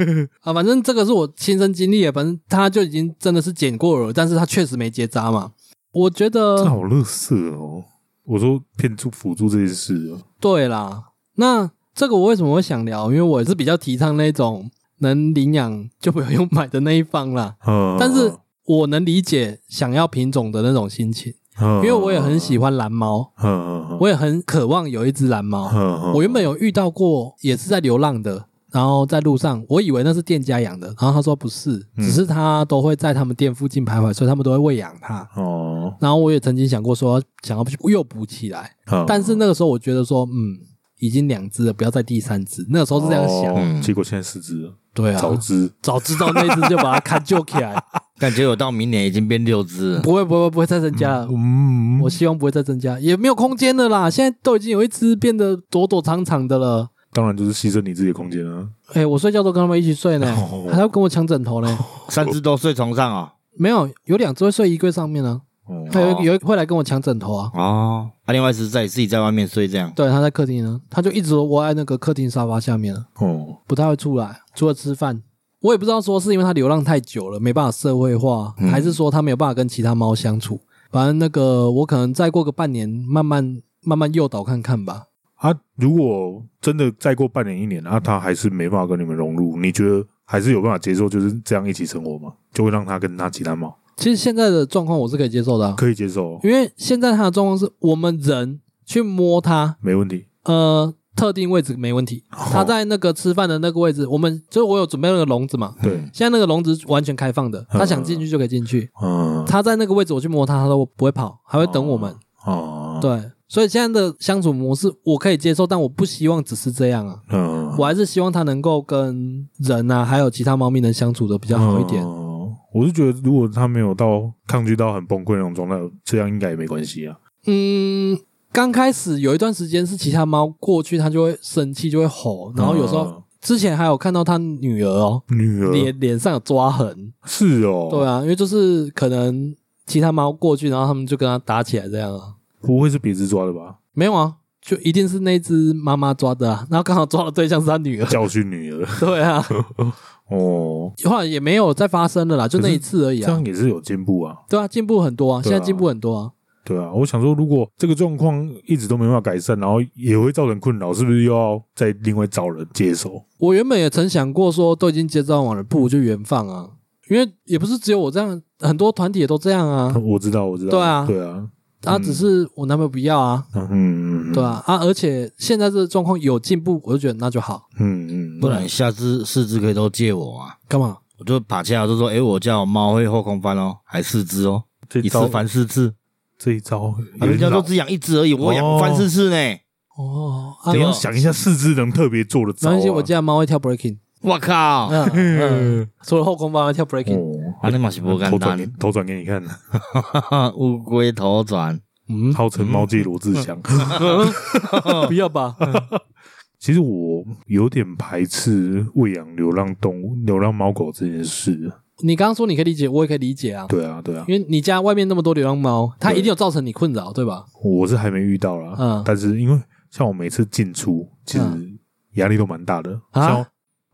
Speaker 1: 啊。反正这个是我亲身经历的，啊反正他就已经真的是剪过耳，但是他确实没结扎嘛。我觉
Speaker 2: 这
Speaker 1: 得
Speaker 2: 好乐色哦！我说骗助辅助这件事哦，
Speaker 1: 对啦。那这个我为什么会想聊？因为我是比较提倡那种能领养就不要用买的那一方啦。
Speaker 2: 嗯，
Speaker 1: 但是我能理解想要品种的那种心情，
Speaker 2: 因
Speaker 1: 因为我也很喜，欢蓝猫，
Speaker 2: 嗯嗯嗯
Speaker 1: 我也很渴望有一只蓝猫。
Speaker 2: 嗯
Speaker 1: 我原本有遇到过，也是在流浪的，然后在路上，我以为那是店家养的，然后他说不是，
Speaker 2: 嗯
Speaker 1: 只是他都会在他们店附近徘徊，所以他们都会喂养它。
Speaker 2: 哦，
Speaker 1: 然后我也曾经想过说想要去又补起来，
Speaker 2: 嗯
Speaker 1: 但是那个时候我觉得说，嗯，已经两只了，不要再第三只。那个时候是这样想，
Speaker 2: 哦
Speaker 3: 嗯
Speaker 2: 结果现在四只了，
Speaker 1: 对啊，
Speaker 2: 早知
Speaker 1: 早知道那只就把它砍救起来，
Speaker 3: 但结果到明年已经变六只
Speaker 1: *laughs*
Speaker 3: 了。
Speaker 1: 不会不会不会再增加了。
Speaker 2: 嗯，
Speaker 1: 我希望不会再增加，也没有空间了啦。现在都已经有一只变得躲躲藏藏的了。
Speaker 2: 当然就是牺牲你自己的空间啊，
Speaker 1: 哎、我睡觉都跟他们一起睡呢，
Speaker 2: 哦
Speaker 1: 还要跟我抢枕头呢。
Speaker 3: 三只都睡床上哦。
Speaker 1: 没有，有两只会睡衣柜上面呢、
Speaker 2: 哦
Speaker 1: 啊，还有一个有一个会来跟我抢枕头啊。
Speaker 3: 哦，啊，另外是在自己在外面睡这样。
Speaker 1: 对，他在客厅呢，他就一直窝在那个客厅沙发下面了，
Speaker 2: 哦，
Speaker 1: 不太会出来，除了吃饭。我也不知道说是因为他流浪太久了，没办法社会化，
Speaker 3: 嗯
Speaker 1: 还是说他没有办法跟其他猫相处。反正那个我可能再过个半年，慢慢慢慢诱导看看吧。
Speaker 2: 啊，如果真的再过半年一年，啊，他还是没办法跟你们融入，你觉得还是有办法接受就是这样一起生活吗？就会让他跟他其他猫
Speaker 1: 其实现在的状况我是可以接受的、啊，
Speaker 2: 可以接受哦，
Speaker 1: 因为现在它的状况是我们人去摸它，
Speaker 2: 没问题。
Speaker 1: 呃，特定位置没问题。
Speaker 2: 哦
Speaker 1: 它在那个吃饭的那个位置，我们就是我有准备那个笼子嘛，
Speaker 2: 对，
Speaker 1: 现在那个笼子是完全开放的，它想进去就可以进去。
Speaker 2: 嗯，
Speaker 1: 它在那个位置我去摸它，它都不会跑，还会等我们。
Speaker 2: 哦，，
Speaker 1: 对，所以现在的相处模式我可以接受，但我不希望只是这样啊，
Speaker 2: 嗯，
Speaker 1: 我还是希望它能够跟人啊，还有其他猫咪能相处的比较好一点。
Speaker 2: 嗯我是觉得，如果他没有到抗拒到很崩溃那种状态，这样应该也没关系啊。
Speaker 1: 嗯，刚开始有一段时间是其他猫过去，它就会生气，就会吼，然后有时候之前还有看到它女儿哦，
Speaker 2: 嗯女儿
Speaker 1: 脸脸上有抓痕，
Speaker 2: 是哦，
Speaker 1: 对，啊，因为就是可能其他猫过去，然后他们就跟它打起来这样啊，
Speaker 2: 不会是别只抓的吧？
Speaker 1: 没有啊，就一定是那只妈妈抓的啊，然后刚好抓的对象是它女儿， *laughs*
Speaker 2: 教训女儿
Speaker 1: 对啊，
Speaker 2: 哦，
Speaker 1: 后来也没有再发生了啦，就那一次而已
Speaker 2: 这
Speaker 1: 啊
Speaker 2: 样，也是有进步啊。
Speaker 1: 对啊，进步很多啊，
Speaker 2: 对
Speaker 1: 现
Speaker 2: 啊
Speaker 1: 在进步很多啊，
Speaker 2: 对啊，我想说，如果这个状况一直都没办法改善，然后也会造成困扰，是不是又要再另外找人接手？
Speaker 1: 我原本也曾想过说，都已经接招网了，不如就原放啊，因为也不是只有我这样，很多团体也都这样啊。
Speaker 2: 我知道，我知道，
Speaker 1: 对啊
Speaker 2: 对啊，
Speaker 1: 啊，只是我男朋友不要啊，
Speaker 2: 嗯，嗯
Speaker 1: 对，啊，啊，而且现在这个状况有进步，我就觉得那就好。
Speaker 2: 嗯嗯，
Speaker 3: 不然下次四只可以都借我啊。
Speaker 1: 干嘛？
Speaker 3: 我就爬起来我就说：“诶、我家有猫会后空翻哦，还四只哦，
Speaker 2: 这一
Speaker 3: 一次
Speaker 2: 招，
Speaker 3: 翻四次。
Speaker 2: 这一招
Speaker 3: 啊
Speaker 2: 有
Speaker 3: 人
Speaker 2: 点
Speaker 3: 家
Speaker 2: 老，
Speaker 3: 都只养一只而已，我
Speaker 2: 哦
Speaker 3: 养翻四次呢。
Speaker 1: 哦，啊
Speaker 2: 你，要
Speaker 3: 有
Speaker 2: 想一下，四肢能特别做的
Speaker 1: 没
Speaker 2: 招啊，
Speaker 1: 关系，我家的猫会跳 breaking，
Speaker 3: 我靠！
Speaker 1: 嗯，嗯除了后空翻会跳 breaking，
Speaker 2: 哦，
Speaker 3: *laughs* 啊，你嘛是不
Speaker 2: 头
Speaker 3: 简
Speaker 2: 转给
Speaker 3: 单，
Speaker 2: 头转给你看，
Speaker 3: *laughs* 乌龟头转，
Speaker 1: 嗯，
Speaker 2: 号称猫界罗志祥。 *laughs*
Speaker 1: *laughs* 不要吧，
Speaker 2: 其实我有点排斥喂养流浪动物、流浪猫狗这件事。
Speaker 1: 你刚刚说你可以理解，我也可以理解啊，
Speaker 2: 对啊，对啊，
Speaker 1: 因为你家外面那么多流浪猫，它
Speaker 2: 对
Speaker 1: 一定有造成你困扰，对吧？
Speaker 2: 我是还没遇到啦。
Speaker 1: 嗯
Speaker 2: 但是因为像我每次进出，其实
Speaker 1: 嗯
Speaker 2: 压力都蛮大的。
Speaker 1: 啊
Speaker 2: 像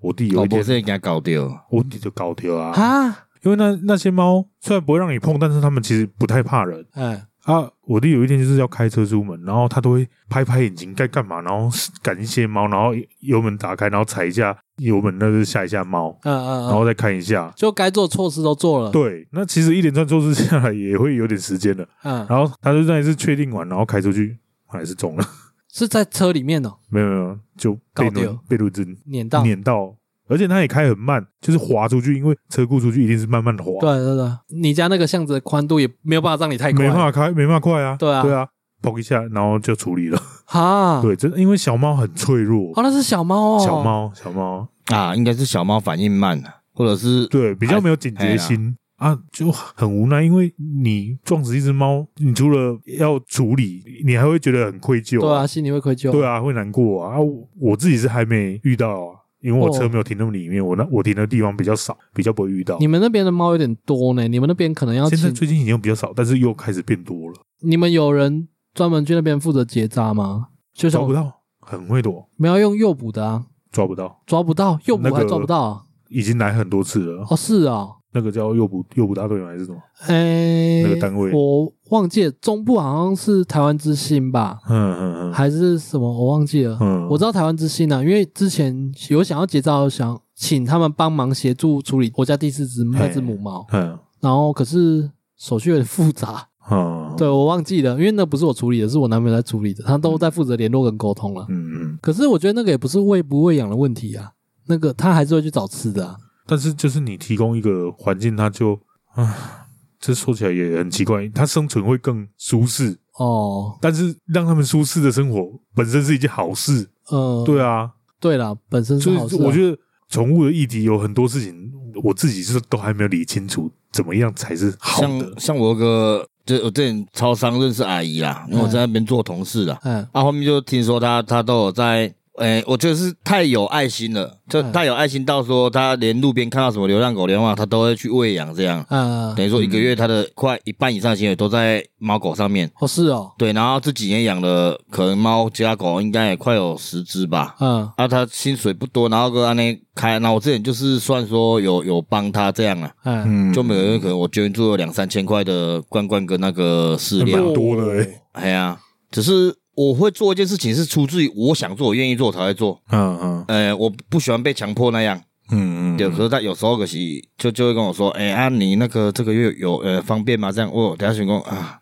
Speaker 2: 我弟有
Speaker 3: 搞
Speaker 2: 一
Speaker 3: 不
Speaker 2: 天，
Speaker 3: 是给它搞掉。
Speaker 2: 我弟就搞丢啊，
Speaker 1: 啊，
Speaker 2: 因为那那些猫虽然不会让你碰，但是它们其实不太怕人。
Speaker 1: 哎，
Speaker 2: 啊，我弟有一天就是要开车出门，然后他都会拍拍眼睛该干嘛，然后 *laughs* 赶一些猫，然后油门打开，然后踩一下油门，那就是吓一下猫，
Speaker 1: 嗯嗯
Speaker 2: 然
Speaker 1: 嗯，
Speaker 2: 后再看一下。
Speaker 1: 就该做措施都做了，
Speaker 2: 哦对，那其实一连串措施下来也会有点时间的。
Speaker 1: 嗯，
Speaker 2: 然后他就那一次确定完，然后开出去，还是中了， *laughs*
Speaker 1: 是在车里面哦，
Speaker 2: 没有没有，就被
Speaker 1: 搞
Speaker 2: 轮
Speaker 1: 丢
Speaker 2: 被路针
Speaker 1: 碾到，
Speaker 2: 碾到，而且他也开很慢，就是滑出去，因为车库出去一定是慢慢滑，
Speaker 1: 对对对，你家那个巷子的宽度也没有办法让你太快，
Speaker 2: 没办法开，没办法快啊，
Speaker 1: 对啊
Speaker 2: 对啊，砰一下，然后就处理了。
Speaker 1: 哈，
Speaker 2: 对，真的因为小猫很脆弱，
Speaker 1: 哦，那是小猫哦，
Speaker 2: 小猫，小猫，
Speaker 3: 啊，应该是小猫反应慢，啊或者是
Speaker 2: 对，比较没有警觉
Speaker 1: 哎
Speaker 2: 心啊，就很无奈，因为你撞死一只猫，你除了要处理，你还会觉得很愧疚，
Speaker 1: 对啊，，心里会愧疚，
Speaker 2: 对啊，会难过啊。啊我我自己是还没遇到啊，因为我车没有停那么里面，我那我停的地方比较少，比较不会遇到
Speaker 1: 哦你。们那边的猫有点多呢，你们那边可能要
Speaker 2: 现在
Speaker 1: 请，
Speaker 2: 最近已经比较少，但是又开始变多了，
Speaker 1: 你们有人专门去那边负责结扎吗？就像
Speaker 2: 抓不
Speaker 1: 我
Speaker 2: 到，很会躲，
Speaker 1: 们要用诱捕的啊，
Speaker 2: 抓不到，
Speaker 1: 抓不到，诱捕
Speaker 2: 那个
Speaker 1: 还抓不到啊？
Speaker 2: 已经来很多次了。
Speaker 1: 哦，是啊，
Speaker 2: 那个叫诱捕诱捕大队吗还是什么？
Speaker 1: 哎，
Speaker 2: 那个单位
Speaker 1: 我忘记了，中部好像是台湾之星吧，
Speaker 2: 嗯嗯嗯，
Speaker 1: 还是什么，我忘记了。
Speaker 2: 嗯
Speaker 1: 我知道台湾之星啊，因为之前有想要结扎，有想请他们帮忙协助处理我家第四只那只母猫，
Speaker 2: 嗯
Speaker 1: 然后可是手续有点复杂，
Speaker 2: 嗯，
Speaker 1: 对我忘记了，因为那不是我处理的，是我男朋友在处理的，他都在负责联络跟沟通了。
Speaker 2: 嗯嗯，
Speaker 1: 可是我觉得那个也不是喂不喂养的问题啊，那个他还是会去找吃的啊。
Speaker 2: 但是就是你提供一个环境，它就啊，这说起来也很奇怪，它生存会更舒适，
Speaker 1: 哦，
Speaker 2: 但是让他们舒适的生活本身是一件好事，
Speaker 1: 呃，
Speaker 2: 对啊，
Speaker 1: 对啦，本身
Speaker 2: 所
Speaker 1: 是好事、
Speaker 2: 以
Speaker 1: 啊。
Speaker 2: 我觉得宠物的议题有很多事情，我自己是都还没有理清楚，怎么样才是好的
Speaker 3: 像，像我有个，就我之前超商认识阿姨啦，因为我在那边做同事啦，
Speaker 1: 嗯，
Speaker 3: 啊，后面就听说他他都有在，诶、我觉得是太有爱心了，就
Speaker 1: 嗯
Speaker 3: 太有爱心到说他连路边看到什么流浪狗、流浪猫，他都会去喂养，这样
Speaker 1: 啊、
Speaker 3: 等于说一个月他的快一半以上的钱都在猫狗上面。
Speaker 1: 哦是哦，
Speaker 3: 对，然后这几年养了可能猫加狗应该也快有十只吧。
Speaker 1: 嗯
Speaker 3: 啊，他薪水不多，然后跟安内开，那我之前就是算说有有帮他这样啊，
Speaker 1: 嗯，
Speaker 2: 嗯，
Speaker 3: 就每个月可能我捐助了两三千块的罐罐跟那个饲料
Speaker 2: 很，多了欸
Speaker 3: 哎呀、只是我会做一件事情是出自于我想做，我愿意做才会做。
Speaker 2: 嗯嗯
Speaker 3: 呃，我不喜欢被强迫那样。
Speaker 2: 嗯嗯，
Speaker 3: 对，可是他有时候可惜就就会跟我说，哎、啊，你那个这个月有呃方便吗？这样我有等下想讲啊，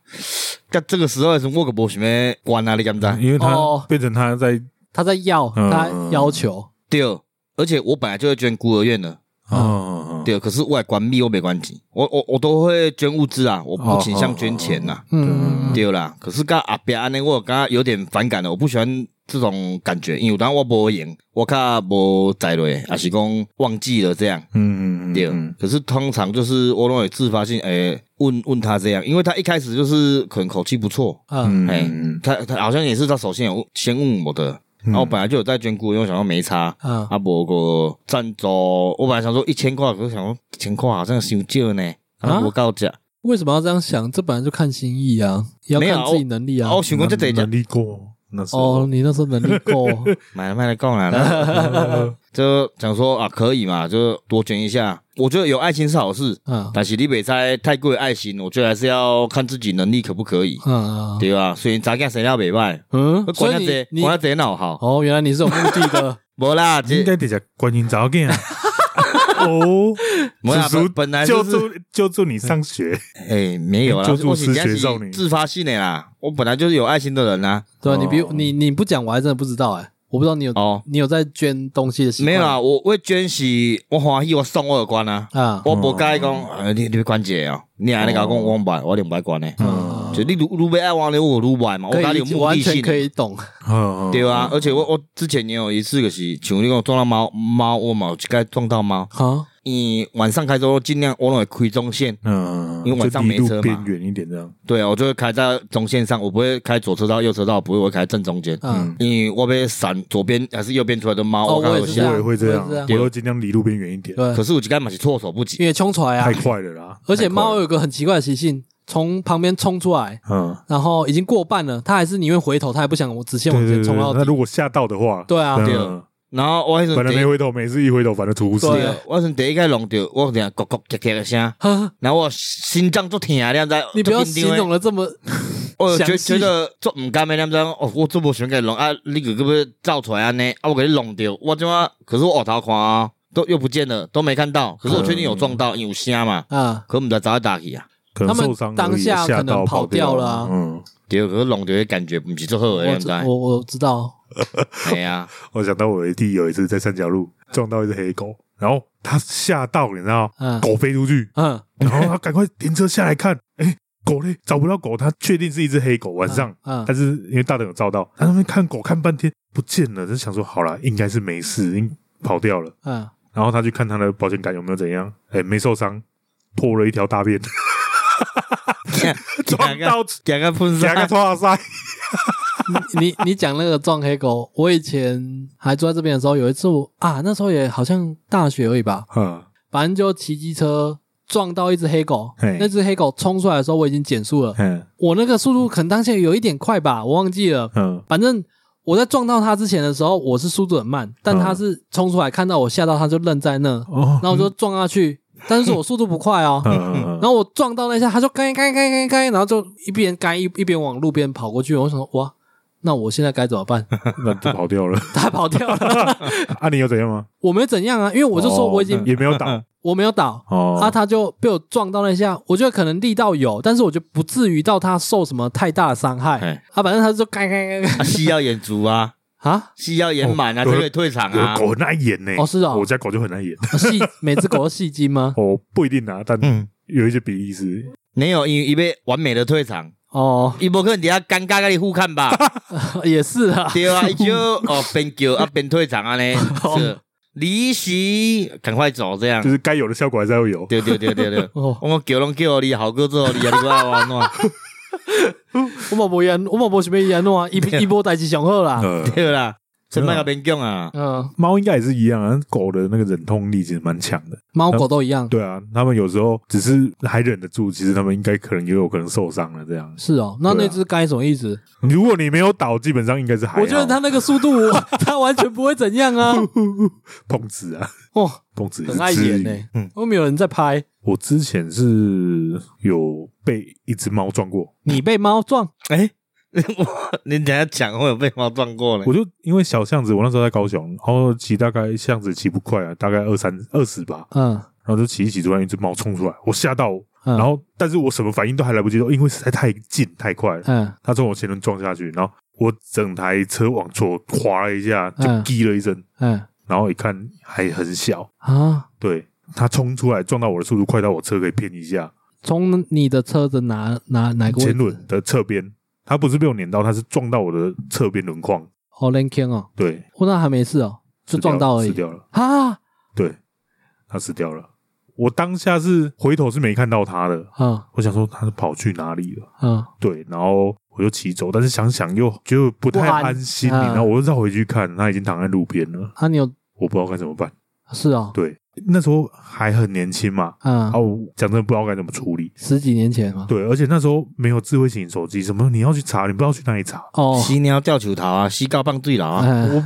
Speaker 3: 但这个时候是我可不想要管啊，你敢不知道？
Speaker 2: 因为它
Speaker 1: 哦
Speaker 2: 变成它在
Speaker 1: 他在要，
Speaker 2: 嗯
Speaker 1: 他要求，
Speaker 3: 对，而且我本来就会捐孤儿院的，
Speaker 2: 哦，
Speaker 3: 对，可是我也管密我没关系，我我我都会捐物资啊，我不倾
Speaker 2: 哦
Speaker 3: 向捐钱啊呐、
Speaker 1: 嗯，
Speaker 3: 对啦，可是跟阿伯安尼，我刚刚有点反感了，我不喜欢这种感觉，因为有当我无闲，我较无在落，也是讲忘记了这样。
Speaker 2: 嗯嗯嗯，
Speaker 3: 对，
Speaker 2: 嗯
Speaker 3: 可是通常就是我都会自发性诶、问问他这样，因为他一开始就是可能口气不错，
Speaker 1: 嗯
Speaker 3: 哎、
Speaker 2: 嗯
Speaker 3: 他他好像也是他首先有问先问我的，然后我本来就有在捐孤，因为我想说没差，
Speaker 1: 嗯，
Speaker 3: 啊，无个赞助，我本来想说一千块，可是想说一千块好像伤少呢，
Speaker 1: 啊
Speaker 3: 啊，无够价，
Speaker 1: 为什么要这样想？这本来就看心意啊，也要
Speaker 3: 没有
Speaker 1: 看自己能力啊
Speaker 3: 啊，。我想讲这得
Speaker 2: 能
Speaker 3: 讲，
Speaker 2: 力够那时
Speaker 1: 哦，
Speaker 2: 候，
Speaker 1: 你那时候能力
Speaker 3: *laughs*
Speaker 1: 够，
Speaker 3: 买了卖了够
Speaker 2: *laughs*
Speaker 3: 了，哦就想说啊，可以嘛，就多捐一下，我觉得有爱心是好事，
Speaker 1: 嗯
Speaker 3: 但是你别再太过于爱心，我觉得还是要看自己能力可不可以。
Speaker 1: 嗯
Speaker 3: 对啊，所以查囝生了袂歹，
Speaker 1: 嗯，所
Speaker 3: 管他
Speaker 1: 以
Speaker 3: 这
Speaker 1: 你你
Speaker 3: 管他这脑好，
Speaker 1: 哦，原来你是有目的
Speaker 3: *laughs*
Speaker 1: 的，
Speaker 3: 无啦，
Speaker 2: 应
Speaker 3: 这
Speaker 2: 该得讲观音早见啊。
Speaker 3: *laughs*
Speaker 2: 哦，
Speaker 3: 没有啊
Speaker 2: 叔叔
Speaker 3: 本本来
Speaker 2: 就
Speaker 3: 就
Speaker 2: 祝
Speaker 3: 是
Speaker 2: 就祝你上学，
Speaker 3: 哎没有啦，
Speaker 2: 救助
Speaker 3: 我是
Speaker 2: 失学
Speaker 3: 我是
Speaker 2: 少女
Speaker 3: 自发性的啦，我本来就是有爱心的人啊啦。
Speaker 1: 对吧？你比
Speaker 2: 哦
Speaker 1: 你你不讲，我还真的不知道哎，我不知道你有
Speaker 3: 哦，
Speaker 1: 你有在捐东西的习惯
Speaker 3: 没有啦，我会捐是，我欢喜我送我的关啊，
Speaker 1: 啊，
Speaker 3: 我无介讲，呃你你关节哦，你安尼甲我讲，
Speaker 2: 哦
Speaker 3: 我唔爱，我就唔爱关呢。
Speaker 1: 嗯
Speaker 3: 就你如如要爱我，你我如爱嘛，我
Speaker 1: 可
Speaker 3: 家里有
Speaker 1: 以
Speaker 3: 目
Speaker 1: 完
Speaker 3: 的
Speaker 1: 全
Speaker 3: 性
Speaker 1: 可
Speaker 3: 的。
Speaker 1: 以懂，
Speaker 3: *laughs*
Speaker 2: 嗯，
Speaker 3: 对啊，而且我我之前也有一次，就是像你讲撞到猫猫，我嘛有一该撞到猫，
Speaker 1: 好，
Speaker 3: 你晚上开车都尽量我拢会开中线，
Speaker 2: 嗯，
Speaker 3: 因为晚上
Speaker 2: 就离路
Speaker 3: 没车嘛
Speaker 2: 边缘一点这样，
Speaker 3: 对啊，我就会开在中线上，我不会开左车道、右车道，不会，我会开正中间。
Speaker 1: 嗯，
Speaker 3: 因为我被闪左边还是右边出来的猫，
Speaker 1: 哦
Speaker 3: 我刚
Speaker 1: 我也
Speaker 3: 好有
Speaker 1: 是这
Speaker 2: 我
Speaker 3: 下
Speaker 1: 样。
Speaker 2: 也会这样，啊
Speaker 1: 我也是这样
Speaker 2: 我都尽量离路边远一点，
Speaker 1: 对，
Speaker 3: 可是我几干嘛是措手不及，
Speaker 1: 因为冲出来啊
Speaker 2: 太，快了啦，
Speaker 1: *laughs* 而且
Speaker 3: 太快了
Speaker 1: 猫有一个很奇怪的习性，从旁边冲出来，
Speaker 2: 嗯，
Speaker 1: 然后已经过半了，它还是宁愿回头，它也不想我直线
Speaker 2: 对
Speaker 1: 往
Speaker 2: 对
Speaker 1: 前
Speaker 2: 对
Speaker 1: 冲
Speaker 2: 对，
Speaker 1: 到
Speaker 2: 那如
Speaker 1: 底。
Speaker 2: 果吓到的话，
Speaker 1: 对啊
Speaker 2: 嗯
Speaker 3: 对啊然后我还是
Speaker 2: 本来
Speaker 3: 第一
Speaker 2: 没回头，每次一回头反正出事，
Speaker 1: 对
Speaker 3: 对啊我是第一个弄到，我等下咯咯咯咯的声，
Speaker 1: 呵，
Speaker 3: 然后我心脏就疼，啊你知道？
Speaker 1: *laughs* 你不要
Speaker 3: 很
Speaker 1: 形
Speaker 3: 紧张啊的
Speaker 1: 容了这么
Speaker 3: 我
Speaker 1: 详
Speaker 3: 觉
Speaker 1: 细
Speaker 3: 觉得做唔甘的，你知道？哦，我做无想给弄啊，你个个要造出来安尼，啊，我给你弄掉，我怎么？可是我额头看啊，都又不见了，都没看到，可是我确定有撞到，因为有声嘛，
Speaker 1: 啊，
Speaker 3: 可唔知早打去啊。
Speaker 2: 可能
Speaker 1: 他们
Speaker 2: 受伤而已
Speaker 1: 当下
Speaker 2: 吓
Speaker 1: 可
Speaker 2: 到
Speaker 1: 能跑掉了啊
Speaker 2: 嗯，
Speaker 3: 对，可是弄掉的感觉不是最好
Speaker 1: 我
Speaker 3: 的，你
Speaker 1: 知
Speaker 3: 知道？
Speaker 1: 我我知道，
Speaker 3: 哎呀，
Speaker 2: 我想到我的弟有一次在三角路撞到一只黑狗，然后他吓到，你知道，
Speaker 1: 嗯
Speaker 2: 狗飞出去，
Speaker 1: 嗯，
Speaker 2: 然后他赶快停车下来看，哎，狗嘞找不到狗，他确定是一只黑狗，晚上。
Speaker 1: 嗯
Speaker 2: 但是因为大灯有照到，他那边看狗看半天不见了，就想说好了，应该是没事，应跑掉了。
Speaker 1: 嗯， *laughs*
Speaker 2: 然后他去看他的保险杆有没有怎样，哎，没受伤，破了一条大
Speaker 1: *laughs*
Speaker 2: 便，撞到
Speaker 3: 加个喷
Speaker 2: 夹
Speaker 3: 洒，
Speaker 2: 个拖塞，
Speaker 1: 你你讲那个撞黑狗，我以前还住在这边的时候，有一次我啊，那时候也好像大学而已吧，
Speaker 2: *laughs* 嗯
Speaker 1: 反正就骑机车撞到一只黑狗
Speaker 2: 嘿，
Speaker 1: 那只黑狗冲出来的时候，我已经减速了，
Speaker 2: 嗯
Speaker 1: 我那个速度可能当下有一点快吧，我忘记了，
Speaker 2: 嗯
Speaker 1: 反正我在撞到它之前的时候，我是速度很慢，但它是冲出来看到我吓到，它就愣在那，
Speaker 2: 哦
Speaker 1: 然后我就撞下去，但是我速度不快哦。
Speaker 2: 嗯
Speaker 1: 然后我撞到那一下，它就该该该该该，然后就一边该一一边往路边跑过去。我想说，哇，那我现在该怎么办？
Speaker 2: *laughs*
Speaker 1: *laughs*
Speaker 2: 那就跑掉了。
Speaker 1: 它跑掉了，
Speaker 2: 啊，你有怎样吗？哦
Speaker 1: 我没怎样啊，因为我就说我已经、 *laughs*
Speaker 2: 也没有打，
Speaker 1: 我没有倒，
Speaker 2: 嗯哦，
Speaker 1: 啊，他就被我撞到那一下，我觉得可能力道有，但是我觉得不至于到他受什么太大的伤害
Speaker 3: 嘿
Speaker 1: 啊。反正他就干干干干
Speaker 3: 啊，戏要演足啊，
Speaker 1: 啊，
Speaker 3: 戏要演满啊，
Speaker 2: 哦
Speaker 3: 才
Speaker 2: 有
Speaker 3: 可以退场
Speaker 2: 有
Speaker 3: 啊
Speaker 2: 的。狗很爱演呢、
Speaker 1: 哦是哦
Speaker 2: 我家狗就很爱演。
Speaker 1: 戏每只狗都戏精 *laughs* 吗？
Speaker 2: 哦，不一定啊，但
Speaker 3: 嗯，
Speaker 2: 有一些比例是，
Speaker 3: 没有，因为一被完美的退场，
Speaker 1: 哦，
Speaker 3: 伊无可能底下尴尬跟你互看吧？
Speaker 1: 也是啊，，
Speaker 3: 对
Speaker 2: *laughs*
Speaker 3: 啊，伊就哦边叫啊边退场啊呢，
Speaker 2: 哦
Speaker 3: 是离席，赶快走这样
Speaker 2: 就。是该有的效果还是要有。
Speaker 3: 对对对对
Speaker 2: *laughs*
Speaker 3: 对
Speaker 1: 哦，
Speaker 3: 我叫拢叫你，好哥做你啊，你我安怎？
Speaker 1: 我嘛无演，我嘛无想要演 *laughs* 啊，一一波代志上好啦。
Speaker 2: 呃，
Speaker 3: 对啦，真卖个边讲啊，
Speaker 1: 嗯，
Speaker 2: 猫应该也是一样啊，狗的那个忍痛力其实蛮强的。
Speaker 1: 猫狗都一样，
Speaker 2: 对啊，他们有时候只是还忍得住，其实他们应该可能也有可能受伤了。这样，
Speaker 1: 是哦。那
Speaker 2: 对
Speaker 1: 那
Speaker 2: 啊
Speaker 1: 只该什么意思？
Speaker 2: *laughs* 如果你没有倒，基本上应该是还好。
Speaker 1: 我觉得它那个速
Speaker 2: *laughs*
Speaker 1: 度，它完全不会怎样啊。
Speaker 2: 碰瓷啊， *laughs*
Speaker 1: 哦，
Speaker 2: 碰瓷也
Speaker 1: 很欸
Speaker 2: 是
Speaker 1: 爱
Speaker 2: 之
Speaker 1: 演
Speaker 2: 一
Speaker 1: 呢、
Speaker 3: 嗯
Speaker 1: 都没有人在拍。
Speaker 2: 我之前是有被一只猫撞过，
Speaker 1: 你被猫撞，
Speaker 3: 哎， *laughs* 我你等一下讲会有被猫撞过呢
Speaker 2: 啊我。就因为小巷子，我那时候在高雄，然后骑大概巷子骑不快啊，大概二三二十吧，
Speaker 1: 嗯
Speaker 2: 然后就骑一骑，突然一只猫冲出来，我吓到我，
Speaker 1: 嗯，
Speaker 2: 然后但是我什么反应都还来不及做，因为实在太近太快了，
Speaker 1: 嗯
Speaker 2: 它从我前轮撞下去，然后我整台车往左滑了一下，就
Speaker 1: 嗯
Speaker 2: 滴了一声，
Speaker 1: 嗯
Speaker 2: 然后一看还很小，
Speaker 1: 啊，
Speaker 2: 对，它冲出来撞到我的速度快到我车可以偏一下，
Speaker 1: 从你的车子哪哪哪个位置
Speaker 2: 前轮的侧边，它不是被我碾到，它是撞到我的侧边轮框，
Speaker 1: 哦 l i n k i n 哦，
Speaker 2: 对，
Speaker 1: 我那还没事哦，就
Speaker 2: 死掉
Speaker 1: 撞
Speaker 2: 了
Speaker 1: 到而
Speaker 2: 死
Speaker 1: 已
Speaker 2: 掉了。
Speaker 1: 啊
Speaker 2: 对，他死掉了。我当下是回头是没看到他的，
Speaker 1: 啊
Speaker 2: 我想说他是跑去哪里了。
Speaker 1: 啊！
Speaker 2: 对，然后我就骑走，但是想想又就
Speaker 1: 不
Speaker 2: 不太
Speaker 1: 安
Speaker 2: 安心，
Speaker 1: 嗯
Speaker 2: 然后我又绕回去看，他已经躺在路边了，
Speaker 1: 啊，你有
Speaker 2: 我不知道该怎么办。
Speaker 1: 是哦，
Speaker 2: 对，那时候还很年轻嘛，
Speaker 1: 啊
Speaker 2: 然，后我讲真的不知道该怎么处理。
Speaker 1: 十几年前嘛，
Speaker 2: 对，而且那时候没有智慧型手机，什么你要去查，你不知道去哪里查。
Speaker 1: 哦，
Speaker 3: 犀鸟吊球头啊，西高棒最老啊，
Speaker 1: 哎
Speaker 2: 我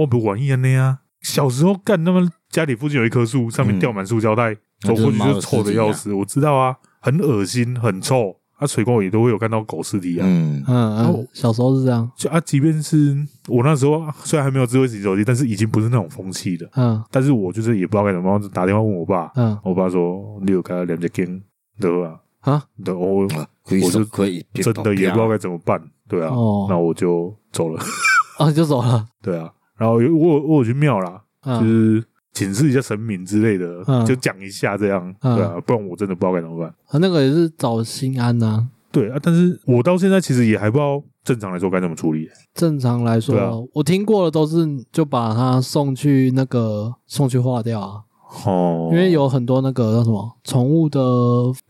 Speaker 2: 我不玩意那啊，小时候干他们家里附近有一棵树，上面
Speaker 3: 嗯
Speaker 2: 吊满塑胶袋，走过去就臭的要死。我知道啊，很恶心，很臭。啊，水沟也都会有看到狗尸体啊。
Speaker 3: 嗯，
Speaker 1: 嗯嗯
Speaker 2: 哦，
Speaker 1: 小时候是这样，
Speaker 2: 就啊，即便是我那时候啊虽然还没有智慧型手机，但是已经不是那种风气的。
Speaker 1: 嗯
Speaker 2: 但是我就是也不知道该怎么办，我就打电话问我爸，
Speaker 1: 嗯
Speaker 2: 我爸说你有开两只根，对吧？
Speaker 1: 啊，
Speaker 2: 对，我
Speaker 3: 可以
Speaker 2: 我
Speaker 3: 说
Speaker 2: 就
Speaker 3: 可以，
Speaker 2: 真的也不知道该怎么办，对啊，
Speaker 1: 哦
Speaker 2: 那我就走了，
Speaker 1: 啊，
Speaker 2: 哦
Speaker 1: 你就走了，
Speaker 2: 对啊。然后有我我有去庙啦，就
Speaker 1: 嗯
Speaker 2: 是请示一下神明之类的，
Speaker 1: 嗯
Speaker 2: 就讲一下这样，
Speaker 1: 嗯
Speaker 2: 对啊，不然我真的不知道该怎么办。
Speaker 1: 啊，那个也是找心安呐。
Speaker 2: 对啊，但是我到现在其实也还不知道正常来说该怎么处理。
Speaker 1: 正常来说，
Speaker 2: 对啊
Speaker 1: 我听过的都是就把它送去那个送去化掉啊，
Speaker 2: 哦，
Speaker 1: 因为有很多那个叫什么宠物的，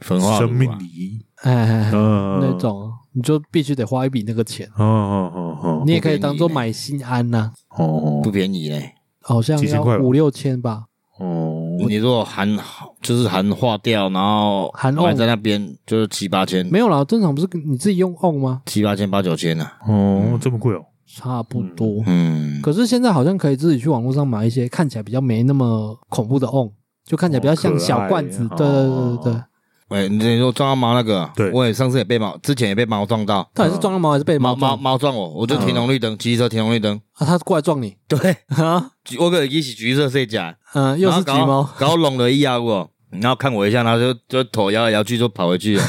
Speaker 3: 焚化啊
Speaker 2: 生命礼，
Speaker 1: 哎哎、哎
Speaker 2: 嗯，
Speaker 1: 那，种，你就必须得花一笔那个钱，
Speaker 2: 嗯嗯嗯嗯，
Speaker 1: 你也可以当做买心安呐、
Speaker 2: 哦
Speaker 3: 不便宜嘞。
Speaker 1: 好像
Speaker 2: 几千
Speaker 1: 要
Speaker 2: 块吧
Speaker 1: 五六千吧，
Speaker 2: 哦，
Speaker 3: 你如果含就是含化掉，然后
Speaker 1: 含
Speaker 2: 哦
Speaker 3: 还
Speaker 1: on
Speaker 3: 在那边就是七八千，
Speaker 1: 没有啦，正常不是你自己用 on 吗？
Speaker 3: 七八千八九千啊。
Speaker 2: 哦，这么贵哦，
Speaker 1: 差不多，
Speaker 3: 嗯，
Speaker 1: 可是现在好像可以自己去网络上买一些看起来比较没那么恐怖的 on，就看起来比较像
Speaker 2: 哦可爱
Speaker 1: 小罐子，
Speaker 2: 哦
Speaker 1: 对对对对对，
Speaker 3: 喂，你说撞到猫那个，啊
Speaker 2: 对
Speaker 3: 我也上次也被猫，之前也被猫撞到，
Speaker 1: 到底是撞了猫还是被
Speaker 3: 猫
Speaker 1: 猫
Speaker 3: 猫
Speaker 1: 撞？嗯
Speaker 3: 猫撞我，我就停红绿灯，骑车停红绿灯，
Speaker 1: 啊，它过来撞你
Speaker 3: 对，
Speaker 1: 啊，
Speaker 3: 橘我跟一起橘色睡甲，
Speaker 1: 嗯，又是橘
Speaker 3: 然后
Speaker 1: 猫
Speaker 3: 搞，搞拢了一下我，然后看我一下，然后就就头摇来摇去，就跑回
Speaker 1: *laughs*
Speaker 3: 去了。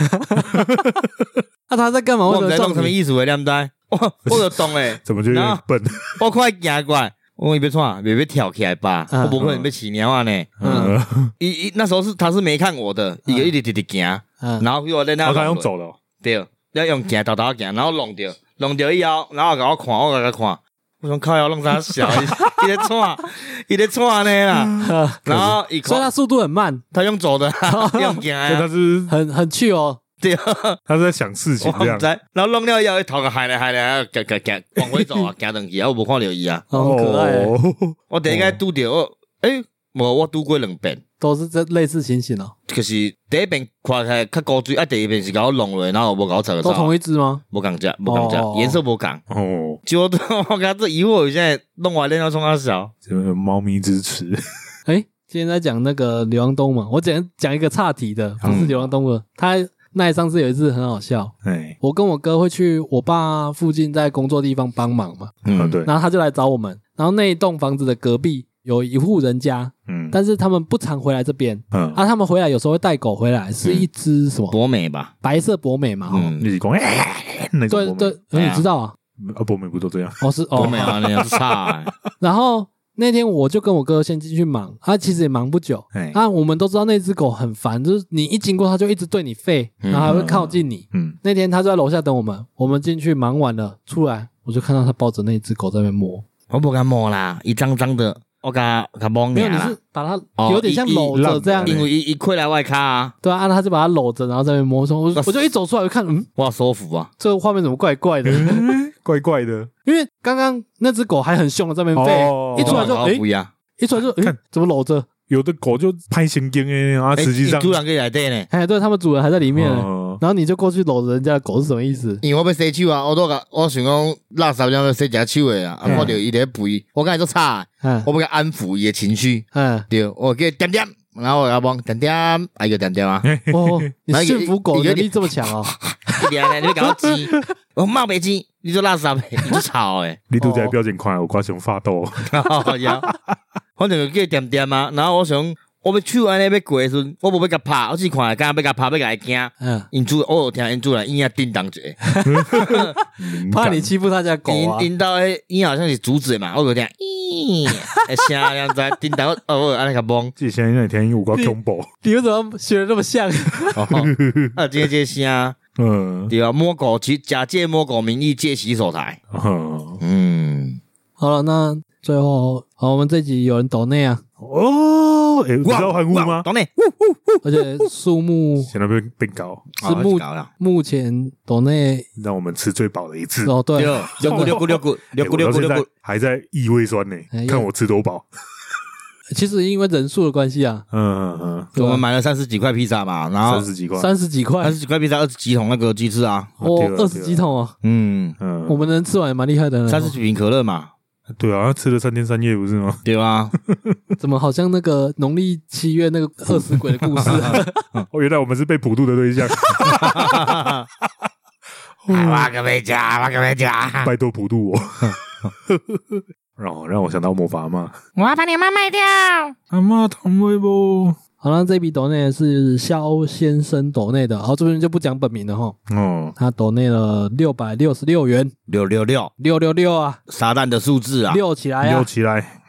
Speaker 1: 那啊他在干嘛？为
Speaker 3: 我
Speaker 1: 什么
Speaker 3: 唔知
Speaker 1: 哦撞
Speaker 3: 弄什么
Speaker 1: 你？
Speaker 3: 意思诶，念呆，我 *laughs* 我就
Speaker 1: *laughs*
Speaker 3: 懂诶，
Speaker 2: 怎么就有点笨？
Speaker 3: 我快行过来，我要创，要要跳起来吧，
Speaker 1: 嗯
Speaker 3: 我不可能被起鸟啊呢。
Speaker 1: 嗯
Speaker 2: *laughs* 嗯，
Speaker 3: 一一那时候是他是没看我的，一个一直直直行，啊
Speaker 1: 嗯，
Speaker 3: 然后我在那
Speaker 2: 我
Speaker 3: 弄
Speaker 2: 刚用
Speaker 3: 落
Speaker 2: 走了哦，
Speaker 3: 对，要用行豆豆行，然后弄着弄着以后，然后甲我看，我甲他看，我想靠要弄啥小，伊咧创，伊咧创呢啦，然后伊
Speaker 1: 所以它
Speaker 3: 看
Speaker 1: 速度很慢，
Speaker 3: 他用走的啊，用行
Speaker 2: 所以
Speaker 3: 啊
Speaker 2: 他，是
Speaker 1: 很很去哦。
Speaker 3: 对，
Speaker 2: 他是在想事情
Speaker 3: 我
Speaker 2: 这
Speaker 3: 唔
Speaker 2: 样
Speaker 3: 知，，然后弄了以后，伊头壳嗨咧嗨咧，啊行行行，往回走啊，行上去啊，我无看着伊啊。
Speaker 1: 好可爱欸，
Speaker 2: 哦
Speaker 3: 我第一个拄着，我诶，无我拄过两遍，
Speaker 1: 都是这类似情形哦，
Speaker 3: 就是第一遍看起来较古锥，啊，第二遍是甲我弄落，然后无甲我插个
Speaker 1: 都同一只吗？
Speaker 3: 无共食，无共
Speaker 1: 哦
Speaker 3: 食，颜色无共。
Speaker 2: 哦，
Speaker 3: 结果我甲这疑惑，现在弄完了要冲他笑，
Speaker 2: 这个猫咪支持，
Speaker 1: 哎，今天在讲那个流浪动物嘛，我讲讲一个岔题的，不
Speaker 2: 嗯
Speaker 1: 是流浪动物的，它那上次有一次很好笑。
Speaker 2: 哎，
Speaker 1: 我跟我哥会去我爸附近在工作地方帮忙嘛，
Speaker 2: 啊
Speaker 3: 嗯，
Speaker 2: 对，
Speaker 1: 然后他就来找我们，然后那一栋房子的隔壁有一户人家，
Speaker 2: 嗯，
Speaker 1: 但是他们不常回来这边
Speaker 2: 嗯，
Speaker 1: 啊，他们回来有时候会带狗回来，是一只什么
Speaker 3: 博美吧，
Speaker 1: 白色博美嘛？哦
Speaker 2: 你
Speaker 3: 嗯，
Speaker 2: 是讲哎，那种
Speaker 1: 对
Speaker 2: 博美
Speaker 1: 对，
Speaker 3: 哎
Speaker 1: 呃
Speaker 3: 呀
Speaker 1: 你知道啊？
Speaker 2: 啊，博美不都这样？
Speaker 1: 哦是
Speaker 3: 博
Speaker 1: 哦
Speaker 3: 美，啊，那样
Speaker 1: *laughs*
Speaker 3: 差欸，
Speaker 1: 然后那天我就跟我哥先进去忙，他、其实也忙不久。
Speaker 2: 哎，
Speaker 1: 啊，我们都知道那只狗很烦，就是你一经过它就一直对你吠，然后还会靠近你。
Speaker 2: 嗯，
Speaker 1: 那天它就在楼下等我们，我们进去忙完了，出来我就看到它抱着那只狗在那边摸。
Speaker 3: 我不敢摸啦，一张张的，我敢敢摸
Speaker 1: 没
Speaker 3: 嗯你
Speaker 1: 有，你
Speaker 3: 啦
Speaker 1: 是，把它
Speaker 3: 哦
Speaker 1: 有点像
Speaker 3: 一一
Speaker 1: 搂着这样
Speaker 2: 让，
Speaker 3: 因为一一溃来外卡啊，
Speaker 1: 对啊，啊它就把它搂着，然后在那边摸。说，我
Speaker 3: 那
Speaker 1: 我就一走出来，我就看，嗯，
Speaker 3: 我舒服啊，
Speaker 1: 这个画面怎么怪怪的？ *laughs*
Speaker 2: 怪怪的，
Speaker 1: 因为刚刚那只狗还很凶的在那边
Speaker 2: 哦
Speaker 1: 吠，一出来
Speaker 3: 我
Speaker 1: 就
Speaker 3: 好
Speaker 1: 诶，
Speaker 3: 不呀，
Speaker 1: 一出来就诶
Speaker 2: 看，
Speaker 1: 怎么搂着？
Speaker 2: 有的狗就拍神经诶，
Speaker 3: 哎
Speaker 2: 啊，实际
Speaker 3: 你
Speaker 2: 上
Speaker 3: 突然给来对呢，
Speaker 1: 哎，对，他们主人还在里面，
Speaker 2: 哦
Speaker 1: 然后你就过去搂着人家的狗是什么意思？
Speaker 4: 因为我要洗手啊，我都甲我想讲垃圾，要洗只手的啊，啊
Speaker 1: 嗯
Speaker 4: 看到伊在吠，我感觉做差，
Speaker 1: 嗯
Speaker 2: 哦
Speaker 4: 我要甲安抚伊的情绪，
Speaker 1: 嗯，
Speaker 4: 对，我叫他点点，然后我要帮点点，啊叫点点
Speaker 1: *laughs*
Speaker 4: 啊，
Speaker 1: 哦，你
Speaker 4: 哪有
Speaker 1: 驯服狗能力这么强哦？
Speaker 3: 一点呢，你要给我挤， *laughs* 我冒白挤，你就垃圾的，你就吵诶。
Speaker 2: 你拄则表情看，我我想发抖。
Speaker 3: 哦呀，反正就叫点点啊。然后我想，我要手安尼要过的时阵，我无要甲拍，我只看下敢要甲拍，要甲伊惊。
Speaker 1: 嗯，
Speaker 3: 因主，我有听因主人因遐叮当一下，
Speaker 2: 敏
Speaker 1: 怕
Speaker 2: 感
Speaker 1: 你欺负他家狗
Speaker 3: 因
Speaker 1: 啊？
Speaker 3: 因到迄因好像是竹子的嘛，我有听，咦，的声这样子叮当，哦，我有安尼甲摸，
Speaker 2: 这声音那天有够恐怖，
Speaker 1: 你为什么学的那么像？ *laughs*
Speaker 3: 哦，啊，这这声，
Speaker 2: 嗯
Speaker 3: 对啊，摸狗其假借摸狗名义借洗手台，
Speaker 2: 嗯，
Speaker 3: 嗯，
Speaker 1: 好了，那最后好，我们这集有人抖内啊，
Speaker 2: 哦，哎，你知道欢呼吗？
Speaker 3: 懂嘞，
Speaker 1: 而且树木 *laughs*
Speaker 2: 现在被被搞，
Speaker 1: 是木
Speaker 3: 搞了，
Speaker 1: 目前抖内
Speaker 2: 让我们吃最饱的一次。
Speaker 1: 哦，对
Speaker 3: 对，，六股六股六股六股
Speaker 2: 哎
Speaker 3: 六股
Speaker 2: 我到现
Speaker 3: 六股
Speaker 2: 在，还在异胃酸呢
Speaker 1: 哎，
Speaker 2: 看我吃多饱。
Speaker 1: 其实因为人数的关系啊，
Speaker 2: 嗯嗯
Speaker 1: 对
Speaker 3: 我们
Speaker 1: 吧
Speaker 3: 买了三十几块披萨嘛，然
Speaker 2: 嗯，
Speaker 3: 后
Speaker 2: 三十几块，
Speaker 1: 三十几块
Speaker 3: 二，十几块披萨，二十几桶那个鸡翅啊，
Speaker 2: 啊对
Speaker 1: 哦
Speaker 2: 啊，
Speaker 1: 二十几桶哦，
Speaker 3: 嗯，
Speaker 2: 嗯
Speaker 1: 我，们能吃完也蛮厉害的呢。
Speaker 3: 三十几瓶可乐嘛，
Speaker 2: 对啊，吃了三天三夜不是吗？
Speaker 3: 对吧？
Speaker 2: *laughs*
Speaker 1: 怎么好像那个农历七月那个饿死鬼的故
Speaker 3: *laughs*
Speaker 1: 事？
Speaker 2: *laughs* 哦，原来我们是被普渡的对象，嗯
Speaker 4: 啊我可没吃，我可没吃，
Speaker 2: 拜托普渡我。然后啊 *laughs* 让我想到魔法阿妈，
Speaker 4: 我要把你妈卖掉。
Speaker 2: 阿妈糖妹不？
Speaker 1: 好了，这笔抖内是肖先生抖内的，好，这边就不讲本名了哈，
Speaker 2: 哦，
Speaker 1: 他抖内了六百六十六元，
Speaker 3: 六六六，
Speaker 1: 六六六啊，
Speaker 3: 撒旦的数字啊，
Speaker 1: 六起来
Speaker 2: 撩
Speaker 1: 啊！
Speaker 2: 起来，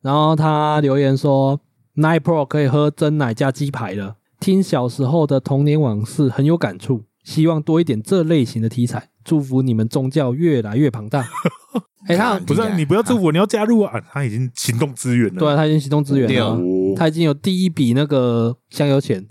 Speaker 1: 然后他留言说，Nine Pro 可以喝真奶加鸡排了，听小时候的童年往事很有感触，希望多一点这类型的题材，祝福你们宗教越来越庞大。哎、他
Speaker 2: 不是啊你不要祝福我，你要加入啊！他已经行动支援了，
Speaker 1: 对啊，他已经行动支援
Speaker 3: 对
Speaker 1: 了
Speaker 3: 啊
Speaker 1: 啊，
Speaker 2: 哦，
Speaker 1: 他已经有第一笔那个香油钱。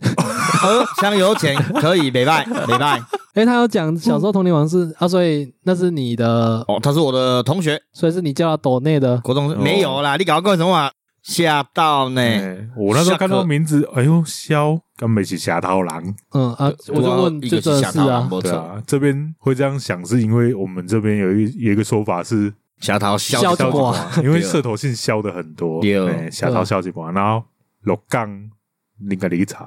Speaker 3: 喝香油钱可以，没
Speaker 2: *laughs*
Speaker 3: 拜没拜。
Speaker 1: 哎、他有讲小时候童年往事啊，所以那是你的，
Speaker 3: 哦，他是我的同学，
Speaker 1: 所以是你叫他抖内的。
Speaker 3: 国中
Speaker 2: 哦
Speaker 3: 生没有啦，你搞干什么啊？吓到呢！
Speaker 2: 哎，我那时候看到名字，哎呦，肖，根本是侠盗狼，
Speaker 1: 嗯啊，我就问，
Speaker 3: 一
Speaker 1: 就
Speaker 3: 个
Speaker 1: 真的
Speaker 3: 是下
Speaker 1: 是
Speaker 3: 桃啊
Speaker 1: 啊，，
Speaker 2: 对啊，这边会这样想，是因为我们这边有一有一个说法是，
Speaker 3: 下桃笑
Speaker 1: 消
Speaker 3: 笑
Speaker 1: 消
Speaker 3: 过
Speaker 1: 过
Speaker 3: 啊，
Speaker 2: 因为社头姓肖的很多，
Speaker 3: 对
Speaker 2: 哎侠盗肖一半，然后六杠另个理查，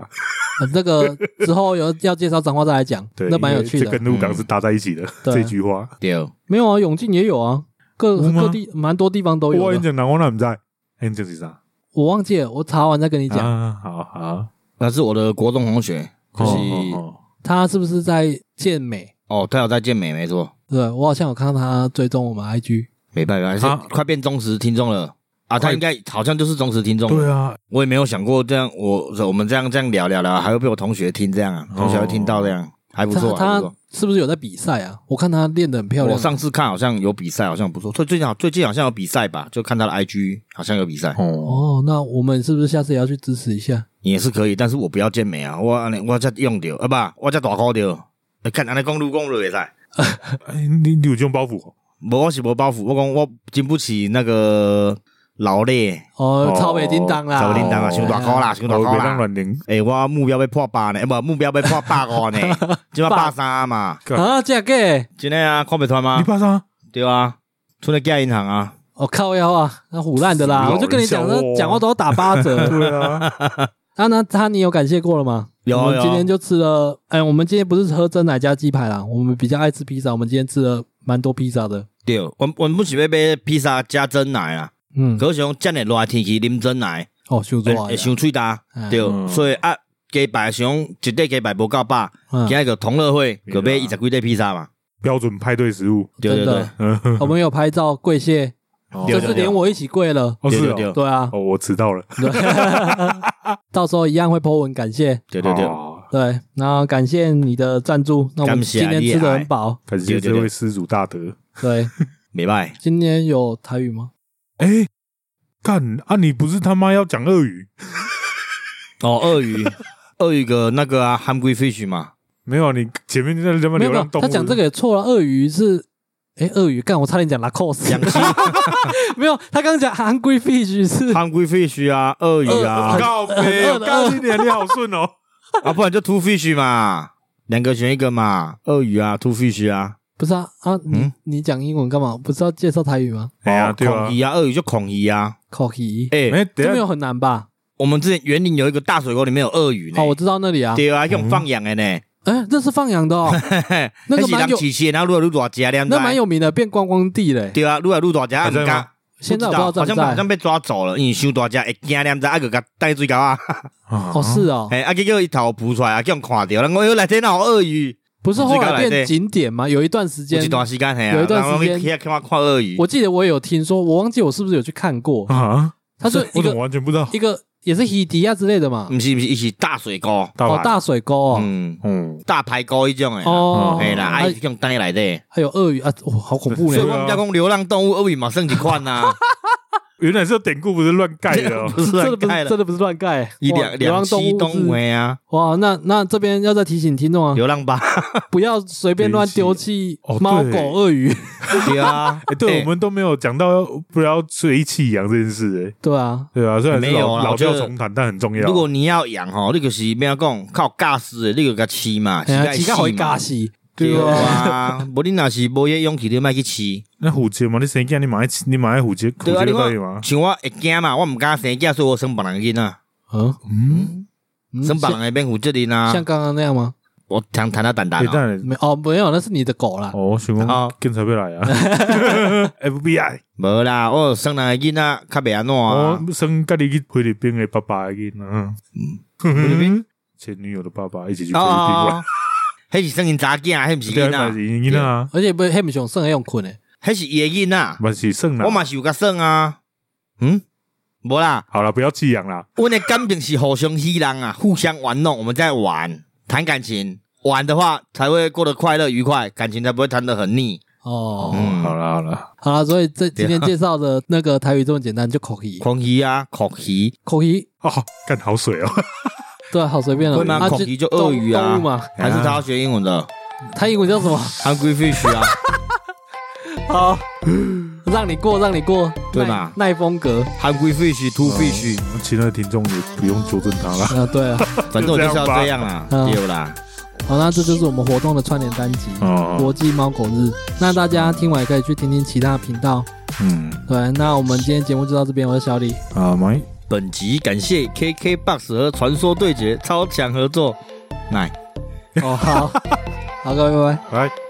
Speaker 1: 呃这个之后有要介绍脏话再来讲
Speaker 2: 对，，
Speaker 1: 那蛮有
Speaker 2: 因为
Speaker 1: 趣
Speaker 2: 这
Speaker 1: 的。
Speaker 2: 跟鹿
Speaker 3: 嗯
Speaker 2: 港是搭在一起的
Speaker 1: 对啊
Speaker 2: 这句话。
Speaker 3: 对，
Speaker 1: 没有啊，永靖也有啊，各
Speaker 2: 有吗
Speaker 1: 各地蛮多地方都有
Speaker 2: 我跟你
Speaker 1: 的。
Speaker 2: 讲，南方那不在，哎，你这是啥？
Speaker 1: 我忘记了，我查完再跟你讲。
Speaker 2: 啊，好好，
Speaker 3: 那是我的国中同学，就
Speaker 2: 哦
Speaker 3: 是
Speaker 2: 哦
Speaker 1: 他是不是在健美？
Speaker 3: 哦，他有在健美，没错，
Speaker 1: 对我好像有看到他追踪我们 IG，
Speaker 3: 没拜没拜，
Speaker 2: 啊
Speaker 3: 是快变忠实听众了啊！他应该好像就是忠实听
Speaker 2: 哦
Speaker 3: 众，
Speaker 2: 对啊，
Speaker 3: 我也没有想过这样，我我们这样这样聊聊聊，还会被我同学听这样啊，同学会听到这样，还不错，
Speaker 1: 哦
Speaker 3: 啊还
Speaker 1: 他
Speaker 3: 不错
Speaker 1: 他。是不是有在比赛啊？我看他练得很漂
Speaker 3: 我
Speaker 1: 亮。
Speaker 3: 上次看好像有比赛，好像不错。最最近好最近好像有比赛吧，就看他的 IG 好像有比赛，
Speaker 2: 哦，
Speaker 1: 哦，那我们是不是下次也要去支持一下？
Speaker 3: 也是可以，但是我不要健美啊，我安尼我才用掉，啊不，我才大块掉。看安尼讲路讲路会使，
Speaker 2: 哎，你你有这种包袱哦？
Speaker 3: 无我是无包袱，我讲我经不起那个劳累，
Speaker 1: 哦
Speaker 2: 哦，
Speaker 1: 超北叮当啦，
Speaker 3: 才不叮当啊，
Speaker 2: 哦
Speaker 3: 伤大块啦，伤大
Speaker 2: 我
Speaker 3: 块
Speaker 2: 别当
Speaker 3: 啦。
Speaker 2: 软零，
Speaker 3: 诶、我目标要破百呢，诶、不，目标要破百
Speaker 1: *laughs*
Speaker 3: 五呢，即马百三嘛，
Speaker 1: 啊，这个
Speaker 3: 真诶啊，看不穿吗？
Speaker 2: 你怕啥？
Speaker 3: 对啊，出来盖银行啊，
Speaker 1: 我、哦、靠腰啊，那虎烂的啦！
Speaker 2: 老
Speaker 1: 我就跟你讲，
Speaker 2: 人笑哦
Speaker 1: 那讲话都要打八
Speaker 3: *laughs*
Speaker 1: 折。
Speaker 2: 对啊，
Speaker 1: 啊，那他你有感谢过了吗？
Speaker 3: 有啊
Speaker 1: 我们
Speaker 3: 有
Speaker 1: 今天就吃了，哎，我们今天不是喝真奶加鸡排啦，我们比较爱吃披萨，我们今天吃了蛮多披萨的。
Speaker 3: 对，我我们不是要买披萨加真奶啊，
Speaker 1: 嗯，
Speaker 3: 可哎是讲遮尔热的天气啉真奶，
Speaker 1: 哦，修
Speaker 3: 会
Speaker 1: 做
Speaker 3: 会伤喙焦
Speaker 1: 嗯
Speaker 3: 对，
Speaker 2: 嗯
Speaker 3: 所以啊，鸡排想一块鸡排无够饱，
Speaker 1: 嗯
Speaker 3: 今，仔个同乐会就买
Speaker 2: 对
Speaker 3: 二
Speaker 2: 啦
Speaker 3: 十几块披萨嘛，
Speaker 2: 标准派对食物，
Speaker 3: 对对
Speaker 1: 真
Speaker 3: 对 *laughs*
Speaker 1: 的，我们有拍照跪谢，
Speaker 2: 哦
Speaker 1: 这
Speaker 3: 对
Speaker 1: 次连我一起跪了。
Speaker 2: 哦
Speaker 3: 对
Speaker 2: 是
Speaker 3: 对
Speaker 2: 哦，
Speaker 1: 对啊，
Speaker 2: 哦我迟到了，
Speaker 1: 对 *laughs* 到时候一样会 po 文感谢。
Speaker 3: 对对对，
Speaker 2: 哦
Speaker 1: 对，那感谢你的赞助。那我们
Speaker 3: 感谢啊
Speaker 1: 今天
Speaker 3: 你
Speaker 1: 吃的
Speaker 3: 爱
Speaker 1: 很饱。
Speaker 2: 感谢
Speaker 3: 对对
Speaker 2: 这
Speaker 3: 对
Speaker 2: 位施主大德。
Speaker 1: 对，
Speaker 3: 袂歹，
Speaker 1: 今天有台语
Speaker 3: *laughs*
Speaker 1: 吗？
Speaker 2: 哎，干啊！你不是他妈要讲俄语？
Speaker 3: 哦，鳄鱼，鳄鱼个那个啊，hungry fish 嘛，
Speaker 2: 没有啊，你前面在他妈
Speaker 1: 没有
Speaker 2: 流
Speaker 1: 没有
Speaker 2: 浪，动物，
Speaker 1: 他讲这个也错了。鳄鱼是，哎，鳄鱼干，我差点讲 Lacoste。 *laughs*
Speaker 3: 两栖
Speaker 1: 没有，他刚刚讲 Hungry Fish 是
Speaker 3: hungry fish 啊，鳄鱼啊，
Speaker 1: 呃
Speaker 2: 告别，
Speaker 1: 很饿
Speaker 2: 我告诉你，你好顺哦。
Speaker 1: 呃
Speaker 3: 啊，不然就 two fish 嘛，两个选一个嘛，鳄鱼啊，two fish 啊，
Speaker 1: 不是啊？啊，你
Speaker 3: 嗯
Speaker 1: 你讲英文干嘛？不是要介绍台语吗
Speaker 2: 哎呀，
Speaker 3: 哦
Speaker 2: 对啊
Speaker 3: 孔，鱼啊，鳄鱼就孔鱼啊，
Speaker 1: ？Coffee，
Speaker 3: 哎、
Speaker 2: 哎，等
Speaker 1: 这
Speaker 2: 一
Speaker 1: 没
Speaker 2: 下
Speaker 1: 有很难吧？
Speaker 3: 我们之前园林有一个大水沟，里面有鳄鱼呢，
Speaker 1: 哦，我知道那里啊。
Speaker 3: 对啊，用放养的呢，
Speaker 1: 哎，那是放羊的
Speaker 3: *laughs*
Speaker 1: 哦，那个
Speaker 3: 那是
Speaker 1: 蛮
Speaker 3: 人
Speaker 1: 有，
Speaker 3: 起起，然后愈来愈大只，两
Speaker 1: 那蛮有名的，变观光地嘞。
Speaker 3: 对啊，愈来愈大只，啊，
Speaker 2: 还
Speaker 3: 唔
Speaker 2: 在吗
Speaker 3: 敢，
Speaker 1: 现在我
Speaker 3: 不
Speaker 1: 不
Speaker 3: 知
Speaker 1: 知道在不
Speaker 3: 好像好像
Speaker 1: 在。
Speaker 3: 被抓走了，因为伤大只，会惊两只，啊个甲带水沟啊，
Speaker 2: 啊
Speaker 1: 哦，是哦，
Speaker 3: 哎，啊结果一头扑出来，啊叫人看到，人讲哟来这哪有鳄鱼，
Speaker 1: 不是
Speaker 3: 我
Speaker 1: 后
Speaker 3: 自己
Speaker 1: 来
Speaker 3: 来
Speaker 1: 变
Speaker 3: 的
Speaker 1: 景点吗？有一段时
Speaker 3: 有
Speaker 1: 间
Speaker 3: 一，段时间嘿啊，
Speaker 1: 有一段时间
Speaker 3: 人讲你去看看看鳄鱼，
Speaker 1: 我记得我有听说，我忘记我是不是有去看过。
Speaker 3: 嗯
Speaker 2: 啊，
Speaker 1: 它是一
Speaker 2: 我怎么
Speaker 1: 个
Speaker 2: 完全不知道？
Speaker 1: 一个也是黑迪亚之类的嘛，
Speaker 3: 唔是唔是，伊是大水沟，
Speaker 2: 大
Speaker 1: 哦，
Speaker 2: 海，
Speaker 1: 大水沟哦，
Speaker 3: 嗯，
Speaker 2: 嗯，
Speaker 3: 大排沟迄种诶，
Speaker 1: 哦，
Speaker 3: 嘿啦，啊
Speaker 1: 还
Speaker 3: 伊用带来的，
Speaker 1: 还有鳄鱼啊，哇，好恐怖
Speaker 3: 所
Speaker 1: 嘞
Speaker 3: 以！我们家讲流浪动物鳄鱼嘛算一款呐，
Speaker 2: 原来这典故不是乱盖的哦。
Speaker 3: 不是
Speaker 1: 真的
Speaker 3: 乱
Speaker 1: 不
Speaker 3: 盖
Speaker 1: 是
Speaker 3: 的，
Speaker 1: 真的不是乱盖，
Speaker 3: 伊
Speaker 1: 哇
Speaker 3: 两
Speaker 1: 流
Speaker 3: 两
Speaker 1: 浪
Speaker 3: 栖动
Speaker 1: 物
Speaker 3: 物
Speaker 1: 是
Speaker 3: 的啊，
Speaker 1: 哇，那那这边要再提醒听众啊，
Speaker 3: 流浪吧，
Speaker 1: 不要随便乱丢弃
Speaker 2: 哦
Speaker 1: 猫
Speaker 2: 对
Speaker 1: 狗鳄鱼，
Speaker 3: 对啊
Speaker 2: 哎，，对我们都没有讲到不要随意弃养这件事，
Speaker 1: *laughs*
Speaker 2: 哎，
Speaker 1: 对啊，
Speaker 2: 对啊，虽然是
Speaker 3: 没有
Speaker 2: 老
Speaker 3: 啊
Speaker 2: 老
Speaker 3: 我觉
Speaker 2: 调
Speaker 3: 得
Speaker 2: 重弹，但很重要。
Speaker 3: 如果你要养吼，你就是咩讲靠驾驶的，你就甲饲嘛，
Speaker 1: 哎呀，
Speaker 3: 饲
Speaker 1: 乞丐会嘎
Speaker 3: 嘛，
Speaker 1: 死，
Speaker 3: 对啊，无你若是无迄勇气，你莫去饲。
Speaker 2: 那虎节嘛，你生囝你买你买虎节，虎
Speaker 3: 对啊，
Speaker 2: 节
Speaker 3: 你
Speaker 2: 就可以吗
Speaker 3: 看，？像我会惊嘛，我毋敢生囝，所以我生别人的囡仔，
Speaker 1: 嗯
Speaker 2: 嗯，
Speaker 1: 嗯
Speaker 3: 生别人
Speaker 1: 像
Speaker 3: 的变负责任啊
Speaker 1: 像。刚刚那样吗？
Speaker 3: 我常谈到蛋蛋
Speaker 2: 哎，
Speaker 3: 啊，
Speaker 2: 但
Speaker 1: 没哦，没有，那是你的狗啦。
Speaker 2: 哦，我想
Speaker 3: 啊
Speaker 2: 讲警察要来啊，FBI
Speaker 3: 无啦，我有生人的囡仔较袂安怎啊
Speaker 2: 哦，，生家己去菲律宾的爸爸的囡仔，
Speaker 3: 菲律宾
Speaker 2: 前女友的爸爸一起去菲律
Speaker 3: 哦
Speaker 2: 宾
Speaker 3: 哦，
Speaker 2: 玩
Speaker 3: 哦，迄是生因查囝，迄毋是
Speaker 2: 对
Speaker 3: 囡
Speaker 2: 啊，嘛是
Speaker 3: 仔，
Speaker 2: 囡仔啊，
Speaker 1: 而且不是黑米熊剩还用欸困诶，
Speaker 3: 迄是伊的囡仔，
Speaker 2: 嘛是算啦
Speaker 3: 我。嘛是有甲生啊。嗯，无啦，
Speaker 2: 好了，不要寄养啦，
Speaker 3: 阮的感情是互相吸人 *laughs* 啊，互相玩弄，我们在玩谈感情，玩的话才会过得快乐愉快，感情才不会谈得很腻。
Speaker 1: 哦，
Speaker 2: 哦
Speaker 3: 嗯，
Speaker 2: 好啦好啦，
Speaker 1: 好了，所以这今天介绍的那个台语这么简单，就口译，
Speaker 3: 狂鱼啊，狂鱼，
Speaker 1: 口译
Speaker 2: 哦，干好水哦，
Speaker 1: 对啊，好随便了
Speaker 3: 会。吗
Speaker 1: 啊
Speaker 3: 口译就鳄鱼
Speaker 1: 动
Speaker 3: 啊
Speaker 1: 动物嘛，
Speaker 3: 还是他要学英文的
Speaker 1: 它英文叫什么？
Speaker 3: ，hungry fish 啊，
Speaker 1: 好， *laughs* 让你过，让你过，
Speaker 3: 对
Speaker 1: 耐
Speaker 3: *laughs* 嘛
Speaker 1: 耐风格
Speaker 3: hungry fish，two fish，
Speaker 2: *laughs* 亲爱的听众也不用纠正他啦。
Speaker 1: 啊，对啊。
Speaker 3: 反正我哦就是要这样哦啦，
Speaker 1: 嗯
Speaker 3: 对啦，
Speaker 1: 好，那这就是我们活动的串联单集
Speaker 2: 哦
Speaker 1: ——国际猫狗日。那大家听完也可以去听听其他频道。
Speaker 2: 嗯，
Speaker 1: 对，那我们今天节目就到这边，我是小李，
Speaker 2: 啊，买
Speaker 3: 本集感谢 KKBOX 和传说对决超强合作，奶。
Speaker 1: *laughs* 哦，好，好，各位，拜拜。
Speaker 2: 来。